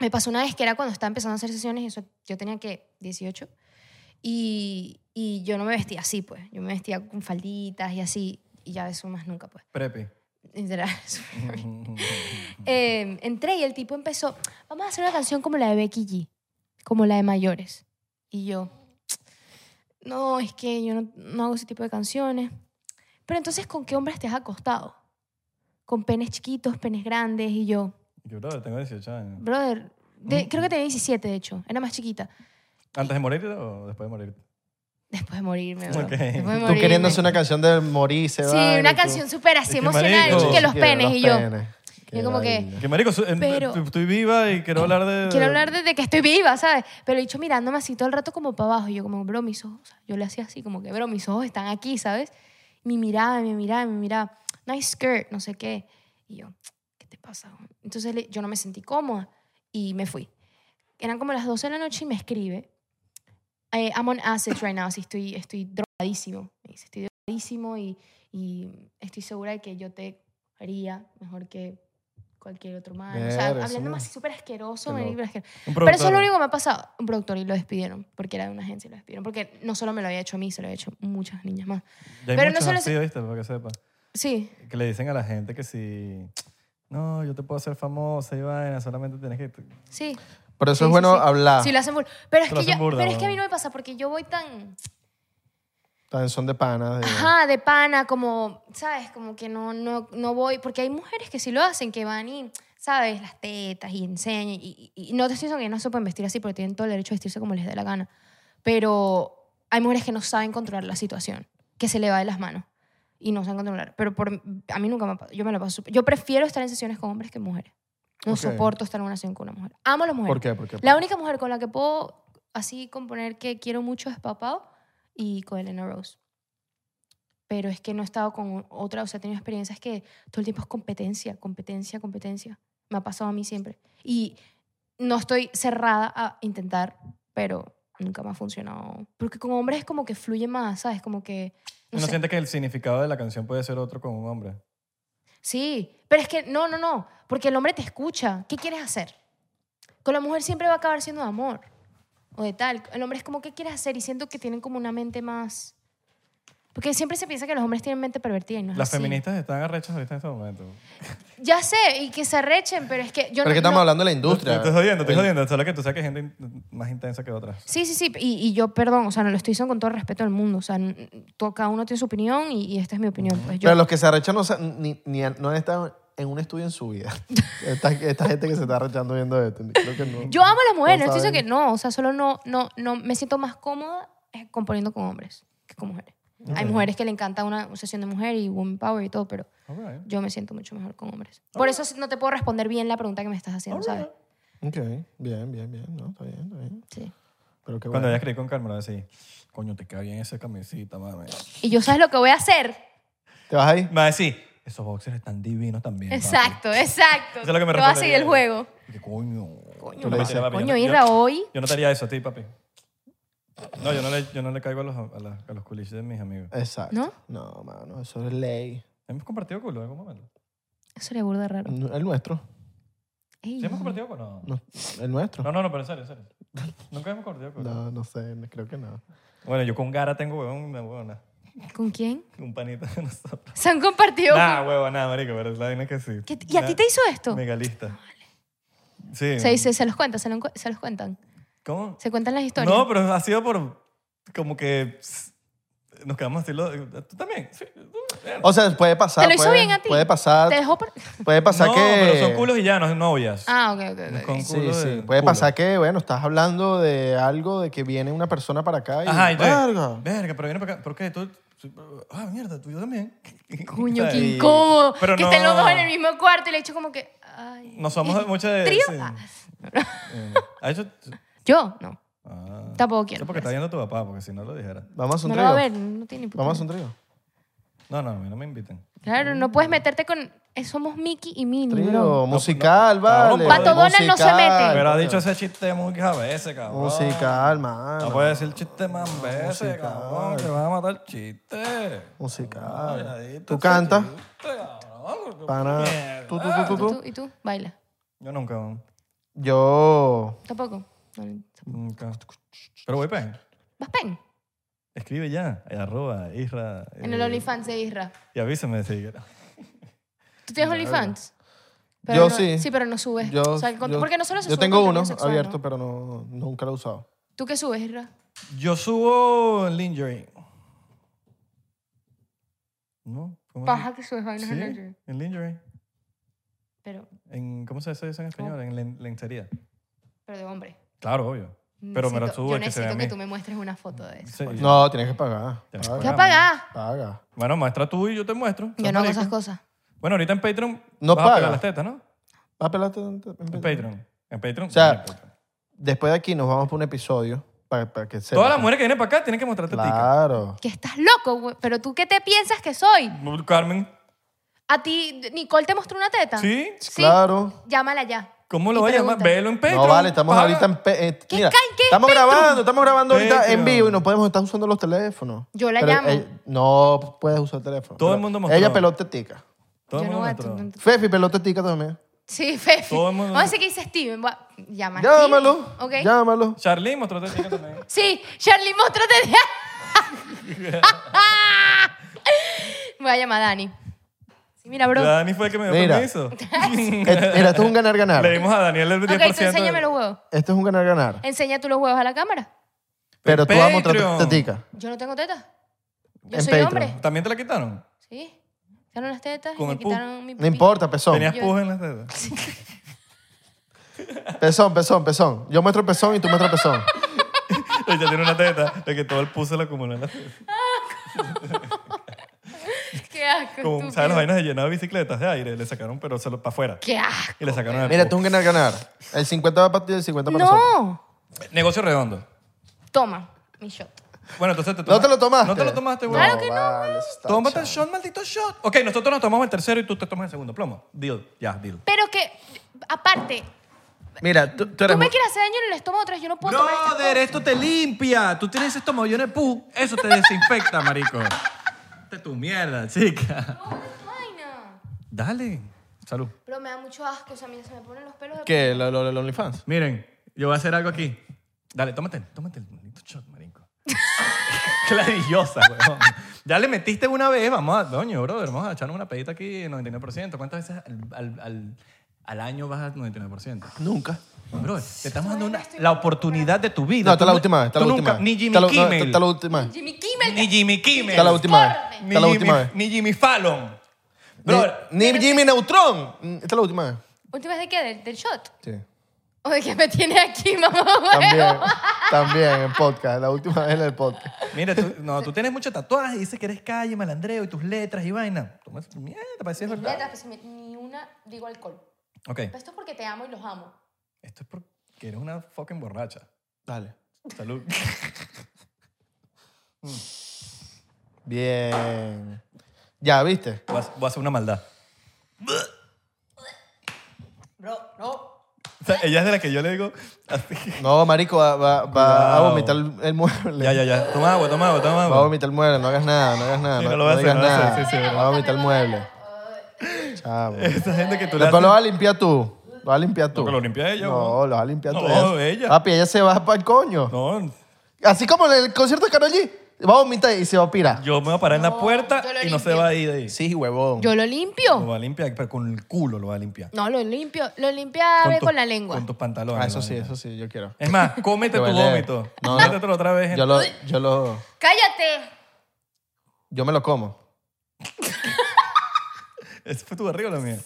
me pasó una vez que era cuando estaba empezando a hacer sesiones, y eso, yo tenía que 18, y, y yo no me vestía así, pues. Yo me vestía con falditas y así, y ya eso más nunca, pues. (laughs) Prepi. Literal. Eh, entré y el tipo empezó, vamos a hacer una canción como la de Becky G, como la de mayores. Y yo, no, es que yo no, no hago ese tipo de canciones. Pero entonces, ¿con qué hombres te has acostado? Con penes chiquitos, penes grandes, y yo, Yo, brother, tengo 18 años. brother, de- creo que tenía 17, de hecho, era más chiquita. ¿Antes de morirte o después de morirte? Después de morirme, bro. Ok. Después de Tú morirme. queriendo hacer una canción de morirse. Sí, una canción súper así Es que emocional. marico. y que los Sí, penes. los y yo, penes. Qué como que- vaina. Que marico, su- en- Pero- estoy viva y quiero hablar de... quiero hablar de, de que estoy viva, ¿sabes? Pero he dicho mirándome así todo el rato como para abajo. Y yo como, bro, mis ojos. o sea, yo le hacía así como que, bro, mis ojos están aquí, ¿sabes? Me miraba, me miraba, me miraba. Nice skirt, no sé qué. Y yo, ¿qué te pasa? güey? Entonces le- yo no me sentí cómoda y me fui. Eran como las 12 de la noche y me escribe. eh, I'm on assets right now, así estoy, estoy drogadísimo. Me dice, estoy drogadísimo y, y estoy segura de que yo te haría mejor que cualquier otro man. o sea, Verga, eso hablándome no- así súper asqueroso. Qué marico, loco. asqueroso. Un Pero eso es productor. lo único que me ha pasado. Un productor y lo despidieron, porque era de una agencia y lo despidieron. Porque no solo me lo había hecho a mí, se lo había hecho muchas niñas más. Ya hay Pero no muchos solo así, se- ¿viste? Para que sepa. Sí, Que le dicen a la gente que si... No, yo te puedo hacer famosa y vaina, solamente tienes que... sí. Pero eso Sí, es sí, bueno sí. hablar. Sí, lo hacen burda. Pero es, Te lo que, yo, hacen burda, pero es que a mí weón. no me pasa, porque yo voy tan. Tan Son de panas. de- Ajá, de pana, como, ¿sabes? Como que no, no, no voy. Porque hay mujeres que sí lo hacen, que van y, ¿sabes? Las tetas y enseñan. Y, y- y no te estoy diciendo que no se pueden vestir así, porque tienen todo el derecho a vestirse como les dé la gana. Pero hay mujeres que no saben controlar la situación, que se le va de las manos y no saben controlar. Pero por, a mí nunca me pasa. Yo me la paso. súper- Yo prefiero estar en sesiones con hombres que mujeres. No Ok. soporto estar en una sesión con una mujer. Amo a las mujeres. ¿Por qué? ¿Por qué? La única mujer con la que puedo así componer que quiero mucho es Papao y con Elena Rose. Pero es que no he estado con otra, o sea, he tenido experiencias que todo el tiempo es competencia, competencia, competencia. Me ha pasado a mí siempre. Y no estoy cerrada a intentar, pero nunca me ha funcionado. Porque con hombres es como que fluye más, ¿sabes? Como que... No, No sé. siente que el significado de la canción puede ser otro con un hombre. Sí, pero es que no, no, no, porque el hombre te escucha. ¿Qué quieres hacer? Con la mujer siempre va a acabar siendo de amor o de tal. El hombre es como, ¿qué quieres hacer? Y siento que tienen como una mente más... Porque siempre se piensa que los hombres tienen mente pervertida y no es Las así. feministas están arrechas ahorita en este momento. Ya sé, y que se arrechen, pero es que Pero yo no... es que estamos no- hablando de la Te industria. estoy jodiendo, te El- estoy jodiendo. Solo que tú sabes que hay gente in- más intensa que otras. Sí, sí, sí, y, y yo, perdón, o sea, no lo estoy diciendo con todo el respeto del mundo, o sea, n- todo- cada uno tiene su opinión y, y esta es mi opinión. Pues yo, Pero los que se arrechan no, sa- ni, ni han- no han estado en un estudio en su (laughs) vida. esta, esta gente que se está arrechando viendo esto. Creo que no. yo amo a las mujeres, no No estoy diciendo que saben. no, o sea, solo no, no, no, me siento más cómoda eh, componiendo con hombres que con mujeres. Hay mujeres que le encanta una sesión de mujer y woman power y todo, pero All right. yo me siento mucho mejor con hombres. Por eso no te puedo responder bien la pregunta que me estás haciendo, ¿sabes? Ok, bien, bien, bien. No, está bien, está bien. Sí. Pero qué Cuando bueno. ya escribí con Carmen, decía, coño, te queda bien esa camisita, mami. Y yo, ¿sabes lo que voy a hacer? ¿Te vas ahí? Me va a decir, esos boxers están divinos también. papi. Exacto, exacto. Eso es lo que me no va a respondería. seguir el juego. ¿Qué coño? Tú le dices, papi, yo Coño, no- yo- Irra, hoy. Yo no te haría eso a ti, papi. No, yo no le, yo no le caigo a los, a, la- a los culiches de mis amigos. Exacto. ¿No? No, mano, eso es ley. ¿Hemos compartido culo en algún momento? Eso le burda raro. El nuestro. Ey, ¿Sí hemos Mm. compartido culo? No. No, el nuestro. no, no, no, pero en serio, en serio. Nunca hemos compartido culo. No, no sé, no- creo que no. Bueno, yo con Gara tengo, huevón, una huevona. ¿Con quién? Un panita de nosotros. Se han compartido. Nah, huevón, nada, marico, pero la vaina es que sí. ¿Qué- ¿Y a ti te hizo esto? Megalista. Sí. Se dice, se los cuenta, se, lo encu- se los cuentan. ¿Cómo? Se cuentan las historias. No, pero ha sido por. Como que. pss, Nos quedamos así. lo- ¿Tú también? Sí. O sea, puede pasar. ¿Te lo hizo puede- bien a ti? Puede pasar. Te dejó por- Puede pasar no, que. pero son culos y ya, no son novias. Ah, ok, ok, ok. Con Sí, culo sí. de- Puede culo. pasar que, bueno, estás hablando de algo, de que viene una persona para acá y. Ajá, y yo, ¡Verga! Verga, pero viene para acá. ¿Por qué? Tú, ah, mierda, tú y yo también. (laughs) Coño, qué ¿Sabes? incómodo. Pero que estén no. los dos en el mismo cuarto y le he hecho como que. Ay. No somos (laughs) de mucha de... ¿Trío? sí. Ah. Eh, ¿Ha hecho...? Yo, no. Ah. Tampoco Eso quiero. pues. porque está viendo tu papá, porque si no lo dijera. Vamos a hacer un no lo trío. va a ver, no tiene ni puta Vamos a hacer idea. un trío. No, no, a mí no me invitan. Claro, no puedes meterte con. eh, Somos Mickey y Minnie, Trío, bro. musical, Cabrón, vale. Pato Donald no se musical. mete. Pero ha dicho ese chiste muchas veces, cabrón. Musical, mano. No puedes decir chiste más veces, cabrón. Te van a matar el chiste. Musical. Tú cantas. Para. Tú, tú, tú, tú, ¿Tú, tú. ¿Y tú? Baila. Yo nunca, cabrón. Yo. Tampoco. No, nunca. Pero voy pen. ¿Vas pen? Escribe ya. eh, Arroba, Isra. En el eh, OnlyFans de Isra. Y avísame si... ¿Tú tienes OnlyFans? Pero Yo no- sí. Sí, pero no subes. Yo, O sea, con- yo- porque no solo se Yo sube tengo contenido uno sexual, abierto, ¿no? pero no, nunca lo he usado. ¿Tú qué subes, Isra? Yo subo lingerie. ¿No? ¿Cómo se- Paja que subes vainas Sí, en el en lingerie. pero, En, ¿Cómo se dice eso en español? En len- lencería. pero de hombre. Claro, obvio. Pero me lo Necesito- subo Yo es que se necesito vea que, a mí. tú me muestres una foto de eso. Sí. No, tienes que pagar. Tienes que Paga, ¿Qué apagás? paga. Bueno, muestra tú y yo te muestro. Yo Seas no hago marico. esas cosas. Bueno, ahorita en Patreon No vas a paga. pegar las tetas, ¿no? ¿Vas a pelarte en- en- En Patreon. En Patreon. O sea, en Patreon. Después de aquí nos vamos por un episodio para, para que sepa. todas las mujeres que vienen para acá tienen que mostrar tetica. Claro. Que estás loco, güey. Pero tú qué te piensas que soy? Carmen, ¿A ti Nicole te mostró una teta? ¿sí? Sí. Claro. Llámala ya. ¿Cómo Y lo vaya a llamar? pregunta. Velo en Patreon. No, vale, estamos paga. ahorita en... pe- eh, ¿Qué mira, ca- qué es estamos Patreon? grabando, estamos grabando ahorita en Patreon. vivo y no podemos estar usando los teléfonos. eh, Yo la llamo. no puedes usar el teléfono. Todo el Pero mundo mostró. Ella pelota tica. Todo el Yo mundo no voy a mostró. tu- Fefi pelota tica también. Sí, Fefi. Todo el mundo- Vamos a decir que dice Steven. voy a- Llama a Llámalo, Steven, (laughs) ¿ok? llámalo. Charly mostró tetica también. Sí, Charlie, mostrate. (laughs) Voy a llamar a Dani. Sí, mira, bro. La Dani fue el que me dio Mira. permiso. Eh, Mira, esto es un Le ganar-ganar. dimos a Daniel el 10%. ok, tú enséñame de- los huevos. Esto es un ganar-ganar. Enseña tú los huevos a la cámara. Pero tú vas a mostrar Patreon. tetica. Yo no tengo tetas. Yo En soy Patreon. hombre. ¿También te la quitaron? Sí. Quitaron las tetas y Con me el pu- quitaron mi No pipí. importa, pezón. Tenías Yo- pus en las (laughs) tetas. Pezón, pezón, pezón. Yo muestro pezón y tú muestras pezón. Ella tiene una teta de que todo el pus se la acumuló en las tetas. (laughs) Qué asco. Como, ¿Sabes las estúpido. vainas de llenar de bicicletas de aire? Le sacaron, pero se lo para afuera. Qué asco. Y le sacaron el pus. Mira, esto es un ganar-ganar. El 50 va para ti y el 50 para nosotros. No. Negocio redondo. Toma, mi shot. Bueno, entonces te ¿No te lo tomaste? No te lo tomaste, güey. Claro que no. Vale, eso está Tómate el chao. shot, maldito shot. Ok, nosotros nos tomamos el tercero y tú te tomas el segundo. Plomo. Deal. Ya, deal. Pero que, aparte, Mira, tú, tú eres tú me mu- quieres hacer daño en el estómago otra vez, yo no puedo tomar este estas Brother, esto te limpia. Tú tienes esto mollón de pu. Eso te desinfecta, marico. Este es tu mierda, chica. cosas. No, qué vaina. Dale. Salud. Pero me da mucho asco, o sea, mira, se me ponen los pelos de... ¿Qué? ¿Lo, lo, lo OnlyFans? Miren, yo voy a hacer algo aquí. Dale, tómate, tómate el maldito shot, marico. (laughs) Clarillosa, weón. Ya le metiste una vez, vamos a, doño, brother, vamos a echarnos una pedita aquí, 99%. ¿Cuántas veces al, al, al, al año vas al 99%? Nunca. Bro, te estamos dando una- la oportunidad de tu vida. No, está Tú la nu- última vez. Está la tú última nunca- vez. Ni Jimmy Está la- no, Kimmel. Está la última vez. Jimmy Kimmel. Ni Jimmy Kimmel. Está la última vez. Córrete. Ni Está la Jimmy- última vez. Ni Jimmy Fallon. Brother, Ni ni Jimmy Neutron. Mm, Esta es la última vez. ¿Última vez de qué? ¿Del, del shot? Sí. ¿O de que me tiene aquí, (laughs) mamá? huevo? (laughs) También. también en podcast. La última vez en el podcast. Mira, tú, (laughs) no, tú tienes muchos tatuajes y dices que eres calle, malandreo y tus letras y vaina. Toma esa mierda, para decir verdad. Letras, que se me- Ni una digo alcohol. Ok. Pero esto es porque te amo y los amo. Esto es porque eres una fucking borracha. Dale. Salud. Bien. Ya, ¿viste? Voy a, voy a hacer una maldad. O sea, ella es de la que yo le digo. así. No, marico, va, va- va a vomitar el, el mueble. Ya, ya, ya. Toma agua, toma agua, toma Va a agua. vomitar el mueble, no hagas nada, no hagas nada. Sí, no, no lo voy a no hacer, no lo digas voy a nada. hacer, sí, sí, sí. va a vomitar el mueble. Chavo. Esa gente que tú le Después lo haces. vas a limpiar tú. Lo vas a limpiar tú. que lo limpie ella, No, weón. lo vas a limpiar tú. No, ella. Papi, ella se va para el coño. No, Así como en el concierto de Karol G. Va a vomitar y se va a pirar. yo me voy a parar en la puerta yo lo y no se limpio. va a ir de ahí. Sí, huevón. Yo lo Lo limpio. va a limpiar, pero con el culo lo va a limpiar. No, lo limpio. Lo limpia abre tus- con la lengua. Con tus pantalones. Ah, eso lo sí, limpia. eso sí, yo quiero. Es más, (laughs) cómete Te tu huele. vómito. No, no. Cómetelo otra vez. gente. Yo lo, yo lo, ¡Cállate! (laughs) yo me lo como. (laughs) ¿Ese fue tu barriga o la mía?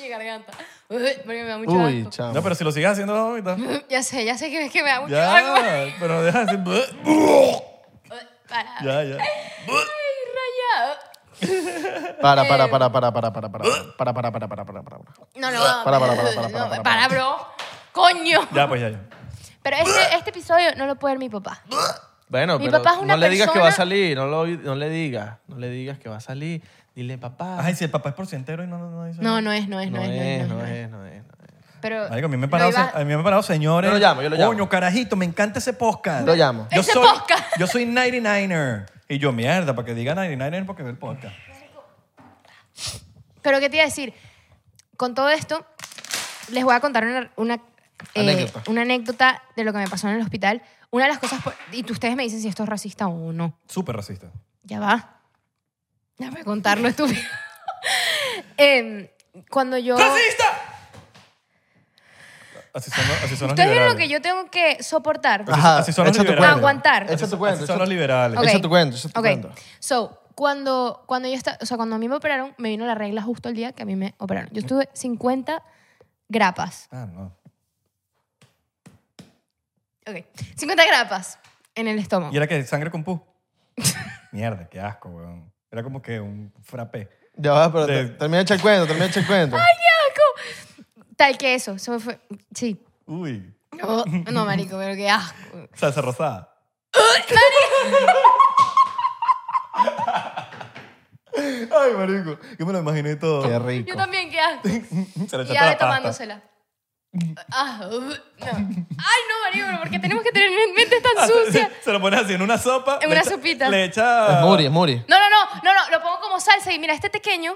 Mi garganta. (laughs) Uy, Porque me da mucho Uy, asco. chamo. No, pero si lo sigues haciendo, vas a vomitar. (laughs) Ya sé, ya sé que, que me da mucho asco. (laughs) Ya, pero no dejas de decir. Para. Ya, ya. Ay, rayado. Para, para, para, para, para, para, para, para, para, para, para, para, para, para. No, no. Para, (laughs) para, para, para, no, para, para, para, bro. Coño. Ya, pues ya, ya. Pero este, este episodio no lo puede ver mi papá. Bueno, Mi pero papá es una no le digas que va persona- a salir, no, lo- no le digas, no le digas que va a salir. Dile, papá. Ay, si el papá es porcientero y no, no, no dice. No, no es, no es, no, es, no es, no es, no es. no es. no es. Pero. Marico, a mí me he lo parado, iba- a mí me he parado señores. Yo lo llamo, yo lo llamo. Coño, carajito, me encanta ese podcast. Lo llamo. Yo Ese soy, podcast. Yo soy 99er. Y yo, mierda, para que diga 99er porque ve el podcast. Pero qué te iba a decir, con todo esto, les voy a contar una, una, eh, Anécdota. una anécdota de lo que me pasó en el hospital. Una de las cosas, por- y tú- ustedes me dicen si esto es racista o no. Súper racista. Ya va. Déjame contarlo, estúpido. (laughs) Em, cuando yo... Así son, los- así son los Ustedes vieron liberales. lo que yo tengo que soportar. Así, Ajá, así son los echa tu liberales. cuento. Aguantar. Echa tu Así cuento. son los echa- liberales. Ok. Echa tu cuento, echa tu Ok. cuento. So, cuando, cuando yo estaba, o sea, cuando a mí me operaron, me vino la regla justo el día que a mí me operaron. Yo estuve 50 grapas. Ah, no. Ok. 50 grapas en el estómago. ¿Y era que sangre con (laughs) pus? mierda, qué asco, weón. Era como que un frappé. Ya va, pero De- te- termina de echar el cuento, termina de echar el cuento. Tal que eso, se me fue. Sí. Uy. No, no, marico, pero qué asco. Salsa rosada. (laughs) Ay, marico. Yo me lo imaginé (laughs) todo. Qué Yo rico. también, qué asco. Se le Y echaste ahora la pasta. tomándosela. Ah, uh, no. Ay, no, marico, pero porque tenemos que tener mentes tan sucias. (laughs) Se lo pones así en una sopa. En le una echa- sopita. Le echa... Es Muri, es Muri. No, no, no, no, no, lo pongo como salsa y mira, este pequeño.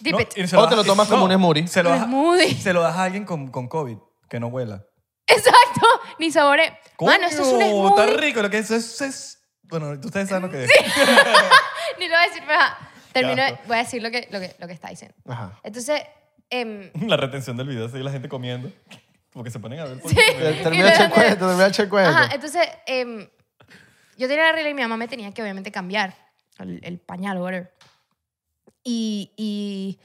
Dip No, it. y se O te das- lo tomas como un smoothie. Se lo, Un das- smoothie. se lo das a alguien con, con COVID, que no huela. Exacto, ni saboré. Mano, eso es un Coño, smoothie. Está rico, lo que es, es, es- Bueno, ustedes saben lo que es. Ni lo voy a decir, pero ajá, termino, de- asco. voy a decir lo que, lo que, lo que está diciendo. Ajá. Entonces, em, (laughs) La retención del video, así la gente comiendo. Porque se ponen a ver. por- Te- y Termina de echar el luego- cuento, termina de echar el cuento. Ajá, entonces em, yo tenía la regla y mi mamá me tenía que obviamente cambiar el, el pañal o whatever. Y, y,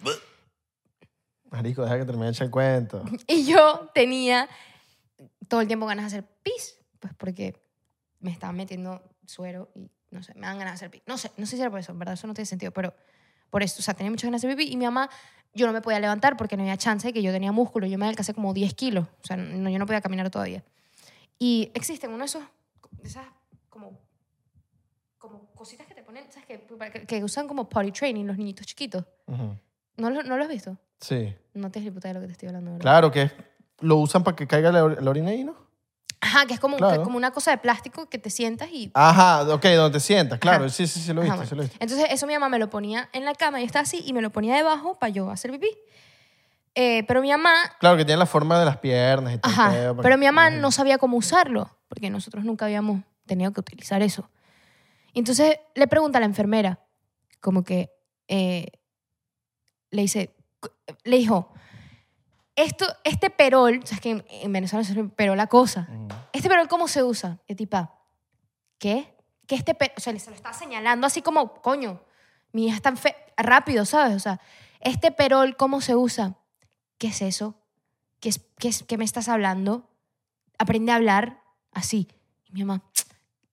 Marico, deja que termine de echar el cuento. y yo tenía todo el tiempo ganas de hacer pis, pues porque me estaban metiendo suero y no sé, me dan ganas de hacer pis. No sé, no sé si era por eso, en verdad eso no tiene sentido, pero por eso, o sea, tenía muchas ganas de hacer pipí y mi mamá, yo no me podía levantar porque no había chance de que yo tenía músculo, yo me alcancé como 10 kilos, o sea, no, yo no podía caminar todavía. Y existen uno de esos, de esas como, como cositas que te ponen, ¿sabes? Que, que, que usan como potty training los niñitos chiquitos. Ujú. ¿No lo, ¿No lo has visto? Sí. No te es puta de lo que te estoy hablando. ¿verdad? Claro que lo usan para que caiga la, or- la orina ahí, ¿no? Ajá, que es como, Claro. que- como una cosa de plástico que te sientas y... Ajá, ok, donde te sientas, claro. Ajá. Sí, sí, sí, lo he Ajá, visto, sí, lo bueno. he visto. Entonces eso mi mamá me lo ponía en la cama, yo estaba así, y me lo ponía debajo para yo hacer pipí. Eh, pero mi mamá Claro, que tiene la forma de las piernas y todo el Ajá, pedo, para pero que- mi mamá no sabía cómo usarlo, porque nosotros nunca habíamos tenido que utilizar eso. Y Entonces le pregunta a la enfermera, como que eh, le dice, cu- le dijo, esto, este perol, sabes que en, en Venezuela se dice perol la cosa, este perol cómo se usa, y tipa, ¿qué? Que este perol, o sea, le- se lo está señalando así como, coño, mi hija es tan fe- rápido, ¿sabes? O sea, este perol cómo se usa, ¿qué es eso? ¿qué, es, qué, es- qué me estás hablando? Aprende a hablar así. Y mi mamá,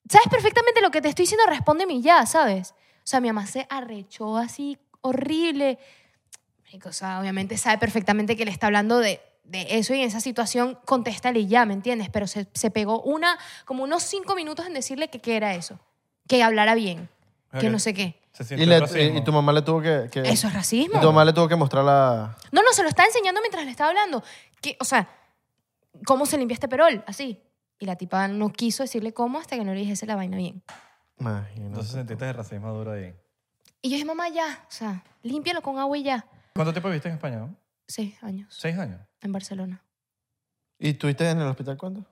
¿sabes perfectamente lo que te estoy diciendo? Respóndeme y ya, ¿sabes? O sea, mi mamá se arrechó así, horrible. Marico, o sea, obviamente sabe perfectamente que le está hablando de, de eso y en esa situación contéstale y ya, ¿me entiendes? Pero se, se pegó una, como unos cinco minutos en decirle que qué era eso, que hablara bien, que Ok. no sé qué. Se Y, sintió le- racismo. y- y tu mamá le tuvo que, que- y Eh, Eso es tu racismo. mamá le tuvo que mostrar la... No, no, se lo está enseñando mientras le estaba hablando. Que, o sea, ¿cómo se limpia este perol? Así. Y la tipa no quiso decirle cómo hasta que no le dijese la vaina bien. Imagínate. Entonces sentiste el racismo duro ahí. Y yo dije, mamá, ya. O sea, límpialo con agua y ya. ¿Cuánto tiempo viviste en España? Seis años ¿Seis años? en Barcelona. ¿Y estuviste en el hospital cuándo?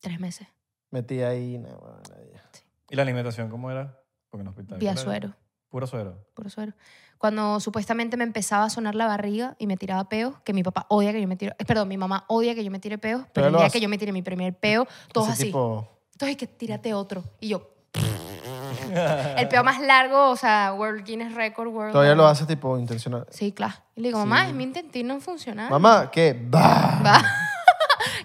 Tres meses. Metí ahí... no, bueno, ya. ¿Y la alimentación cómo era? Porque en el hospital. Vía ¿cuál era? suero, Puro suero. puro suero. Cuando supuestamente me empezaba a sonar la barriga y me tiraba peos, que mi papá odia que yo me tire... eh, Perdón, mi mamá odia que yo me tire peos, pero Pero el lo día hace. que yo me tiré mi primer peo, todos Ese así. tipo- Entonces, que Mm. tírate otro. Y yo... (laughs) el peo más largo, o sea, World Guinness Record, World... Todavía lo hace tipo intencional. Sí, claro. Y le digo, mamá, es mi intestino funcional. Mamá, ¿qué? Bah. (laughs) (laughs) Va.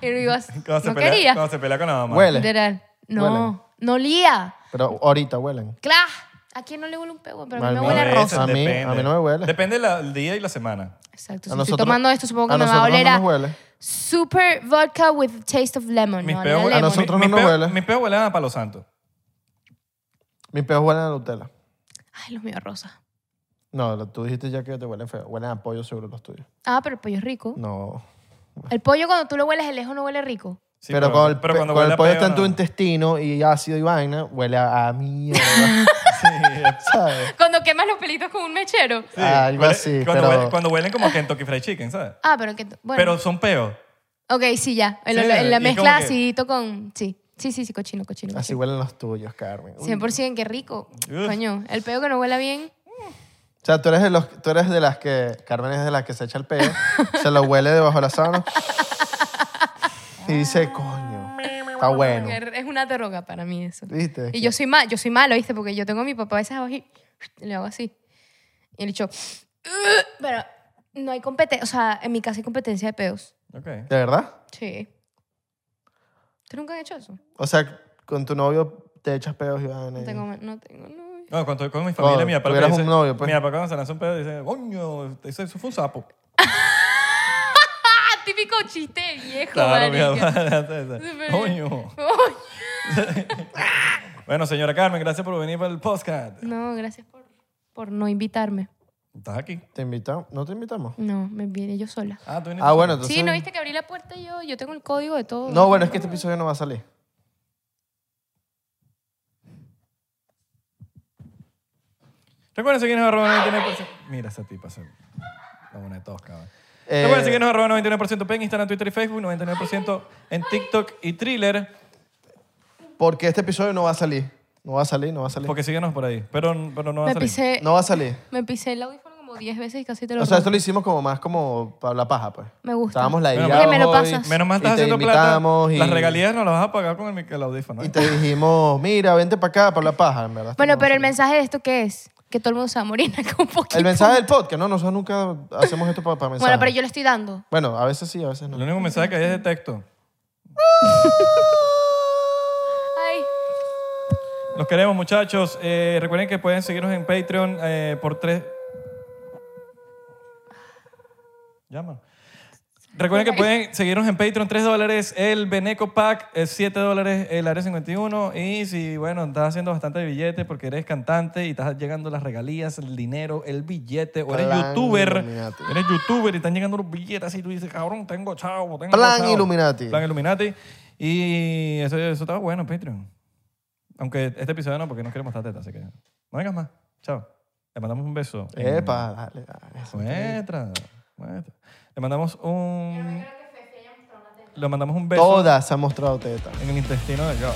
y yo digo, Cuando se no pelea, quería. Cuando se pelea con la mamá. Huele. Literal. No, Huele. no olía. Pero ahorita huelen. Claro. ¿A quién no le huele un peo? Pero a mí me Mal- huele a Mal- rosa. veces, A mí- depende. a mí no me huele. Depende del día y la semana. Exacto. A Si estoy nosotros- tomando esto, supongo que me va a nosotros oler no a nos huele. super vodka with taste of lemon. Mis no, peos- no a lemon. nosotros- no mis nos peos- huele. Mis peos huelen a Palo Santo. Mis peos huelen a Nutella. Ay, los míos rosa. No, lo- tú dijiste ya que te huelen feo. Huelen a pollo seguro los tuyos. Ah, pero el pollo es rico. No. El pollo cuando tú lo hueles de lejos no huele rico. Sí, pero, con el, pero pe- cuando con el huele a pollo peo, está en tu no. intestino y ácido y vaina, huele a, (laughs) a mierda. (laughs) ¿Sabes? Cuando quemas los pelitos con un mechero. Sí, Ah, Algo huele- así, Cuando, pero- huele- cuando huelen como Kentucky Fried Chicken, ¿sabes? Ah, pero que... Bueno. Pero son peos. ok, sí, ya. El Sí, olor- y la como mezcla que- acidito con... Sí. Sí, sí, sí, cochino, cochino. Así cochino. huelen los tuyos, Carmen. Uy. 100% qué rico. Uf. Coño, el peo que no huela bien. O sea, tú eres, de los, tú eres de las que... Carmen es de las que se echa el peo, se lo huele debajo de la sábana y dice, coño, está bueno. Es una droga para mí eso. ¿Viste? Ah, Y yo soy mal, yo soy malo, ¿viste? Porque yo tengo a mi papá a veces abajo y le hago así. Y el dicho, pero no hay competencia, o sea, en mi casa hay competencia de peos. Ok. ¿De verdad? Sí. ¿Tú nunca has hecho eso? O sea, con tu novio te echas pedos y vaina. No y- tengo, no tengo novio. No, cuando con mi familia, Joder, mi papá tuvieras dice, un novio, pues. mi papá cuando se lanza un pedo dice, coño, ese- eso fue un sapo. Ah, típico chiste de viejo, mi marica. papá lanza esa. Súper bien. Coño. (laughs) Bueno, señora Carmen, gracias por venir para el podcast. (laughs) No, gracias por, por no invitarme. ¿Estás aquí? ¿Te invitamos? ¿No te invitamos? No, me viene yo sola. Ah, tú viniste. Ah, bueno, entonces... Sí, ¿no viste que abrí la puerta y yo? Yo tengo el código de todo. No, bueno, es que este episodio no va a salir. Recuerden seguirnos arroba 99%. Mira esa tipa, se... la una de tosca. ¿vale? Eh, Recuerden seguirnos arroba 99% en Instagram, Twitter y Facebook, 99% en TikTok y Thriller, Porque este episodio no va a salir. No va a salir, no va a salir. porque síguenos por ahí. Pero, pero no va a me salir. pisé, No va a salir. me pisé el audífono como 10 veces y casi te lo O sea, rompo. esto lo hicimos como más como para la paja, pues. Me gusta. Estábamos la Menos idea mal. Que me lo hoy, pasas. Menos mal y estás te haciendo plata. invitamos y- Las regalías no las vas a pagar con el, mic- el audífono. Y ¿eh? te dijimos, mira, vente para acá, para la paja, en verdad. Bueno, No va a pero salir. el mensaje de esto qué es? Que todo el mundo se va a morir (laughs) en algún poquito. El mensaje del podcast, no, nosotros nunca hacemos esto para, mensajes. Bueno, pero yo le estoy dando. Bueno, a veces sí, a veces El no. único mensaje que hay es de texto. Ay, Los queremos, muchachos. Eh, recuerden que pueden seguirnos en Patreon eh, por tres. Llama. Recuerden que pueden seguirnos en Patreon, 3 dólares el Beneco Pack, eh, 7 dólares el Área 51. Y si, bueno, estás haciendo bastante billete porque eres cantante y estás llegando las regalías, el dinero, el billete, o eres Plan youtuber, Illuminati. eres youtuber y están llegando los billetes y tú dices, cabrón, tengo chavo, tengo Plan chavo". Illuminati. Plan Illuminati. Y eso, eso estaba bueno en Patreon. Aunque este episodio no, porque no queremos estar teta, así que no vengas más. Chao. Le mandamos un beso. en- Epa, dale, dale. Muestra, muestra. Le mandamos un... Le mandamos un beso Todas han mostrado teta. en el intestino delgado.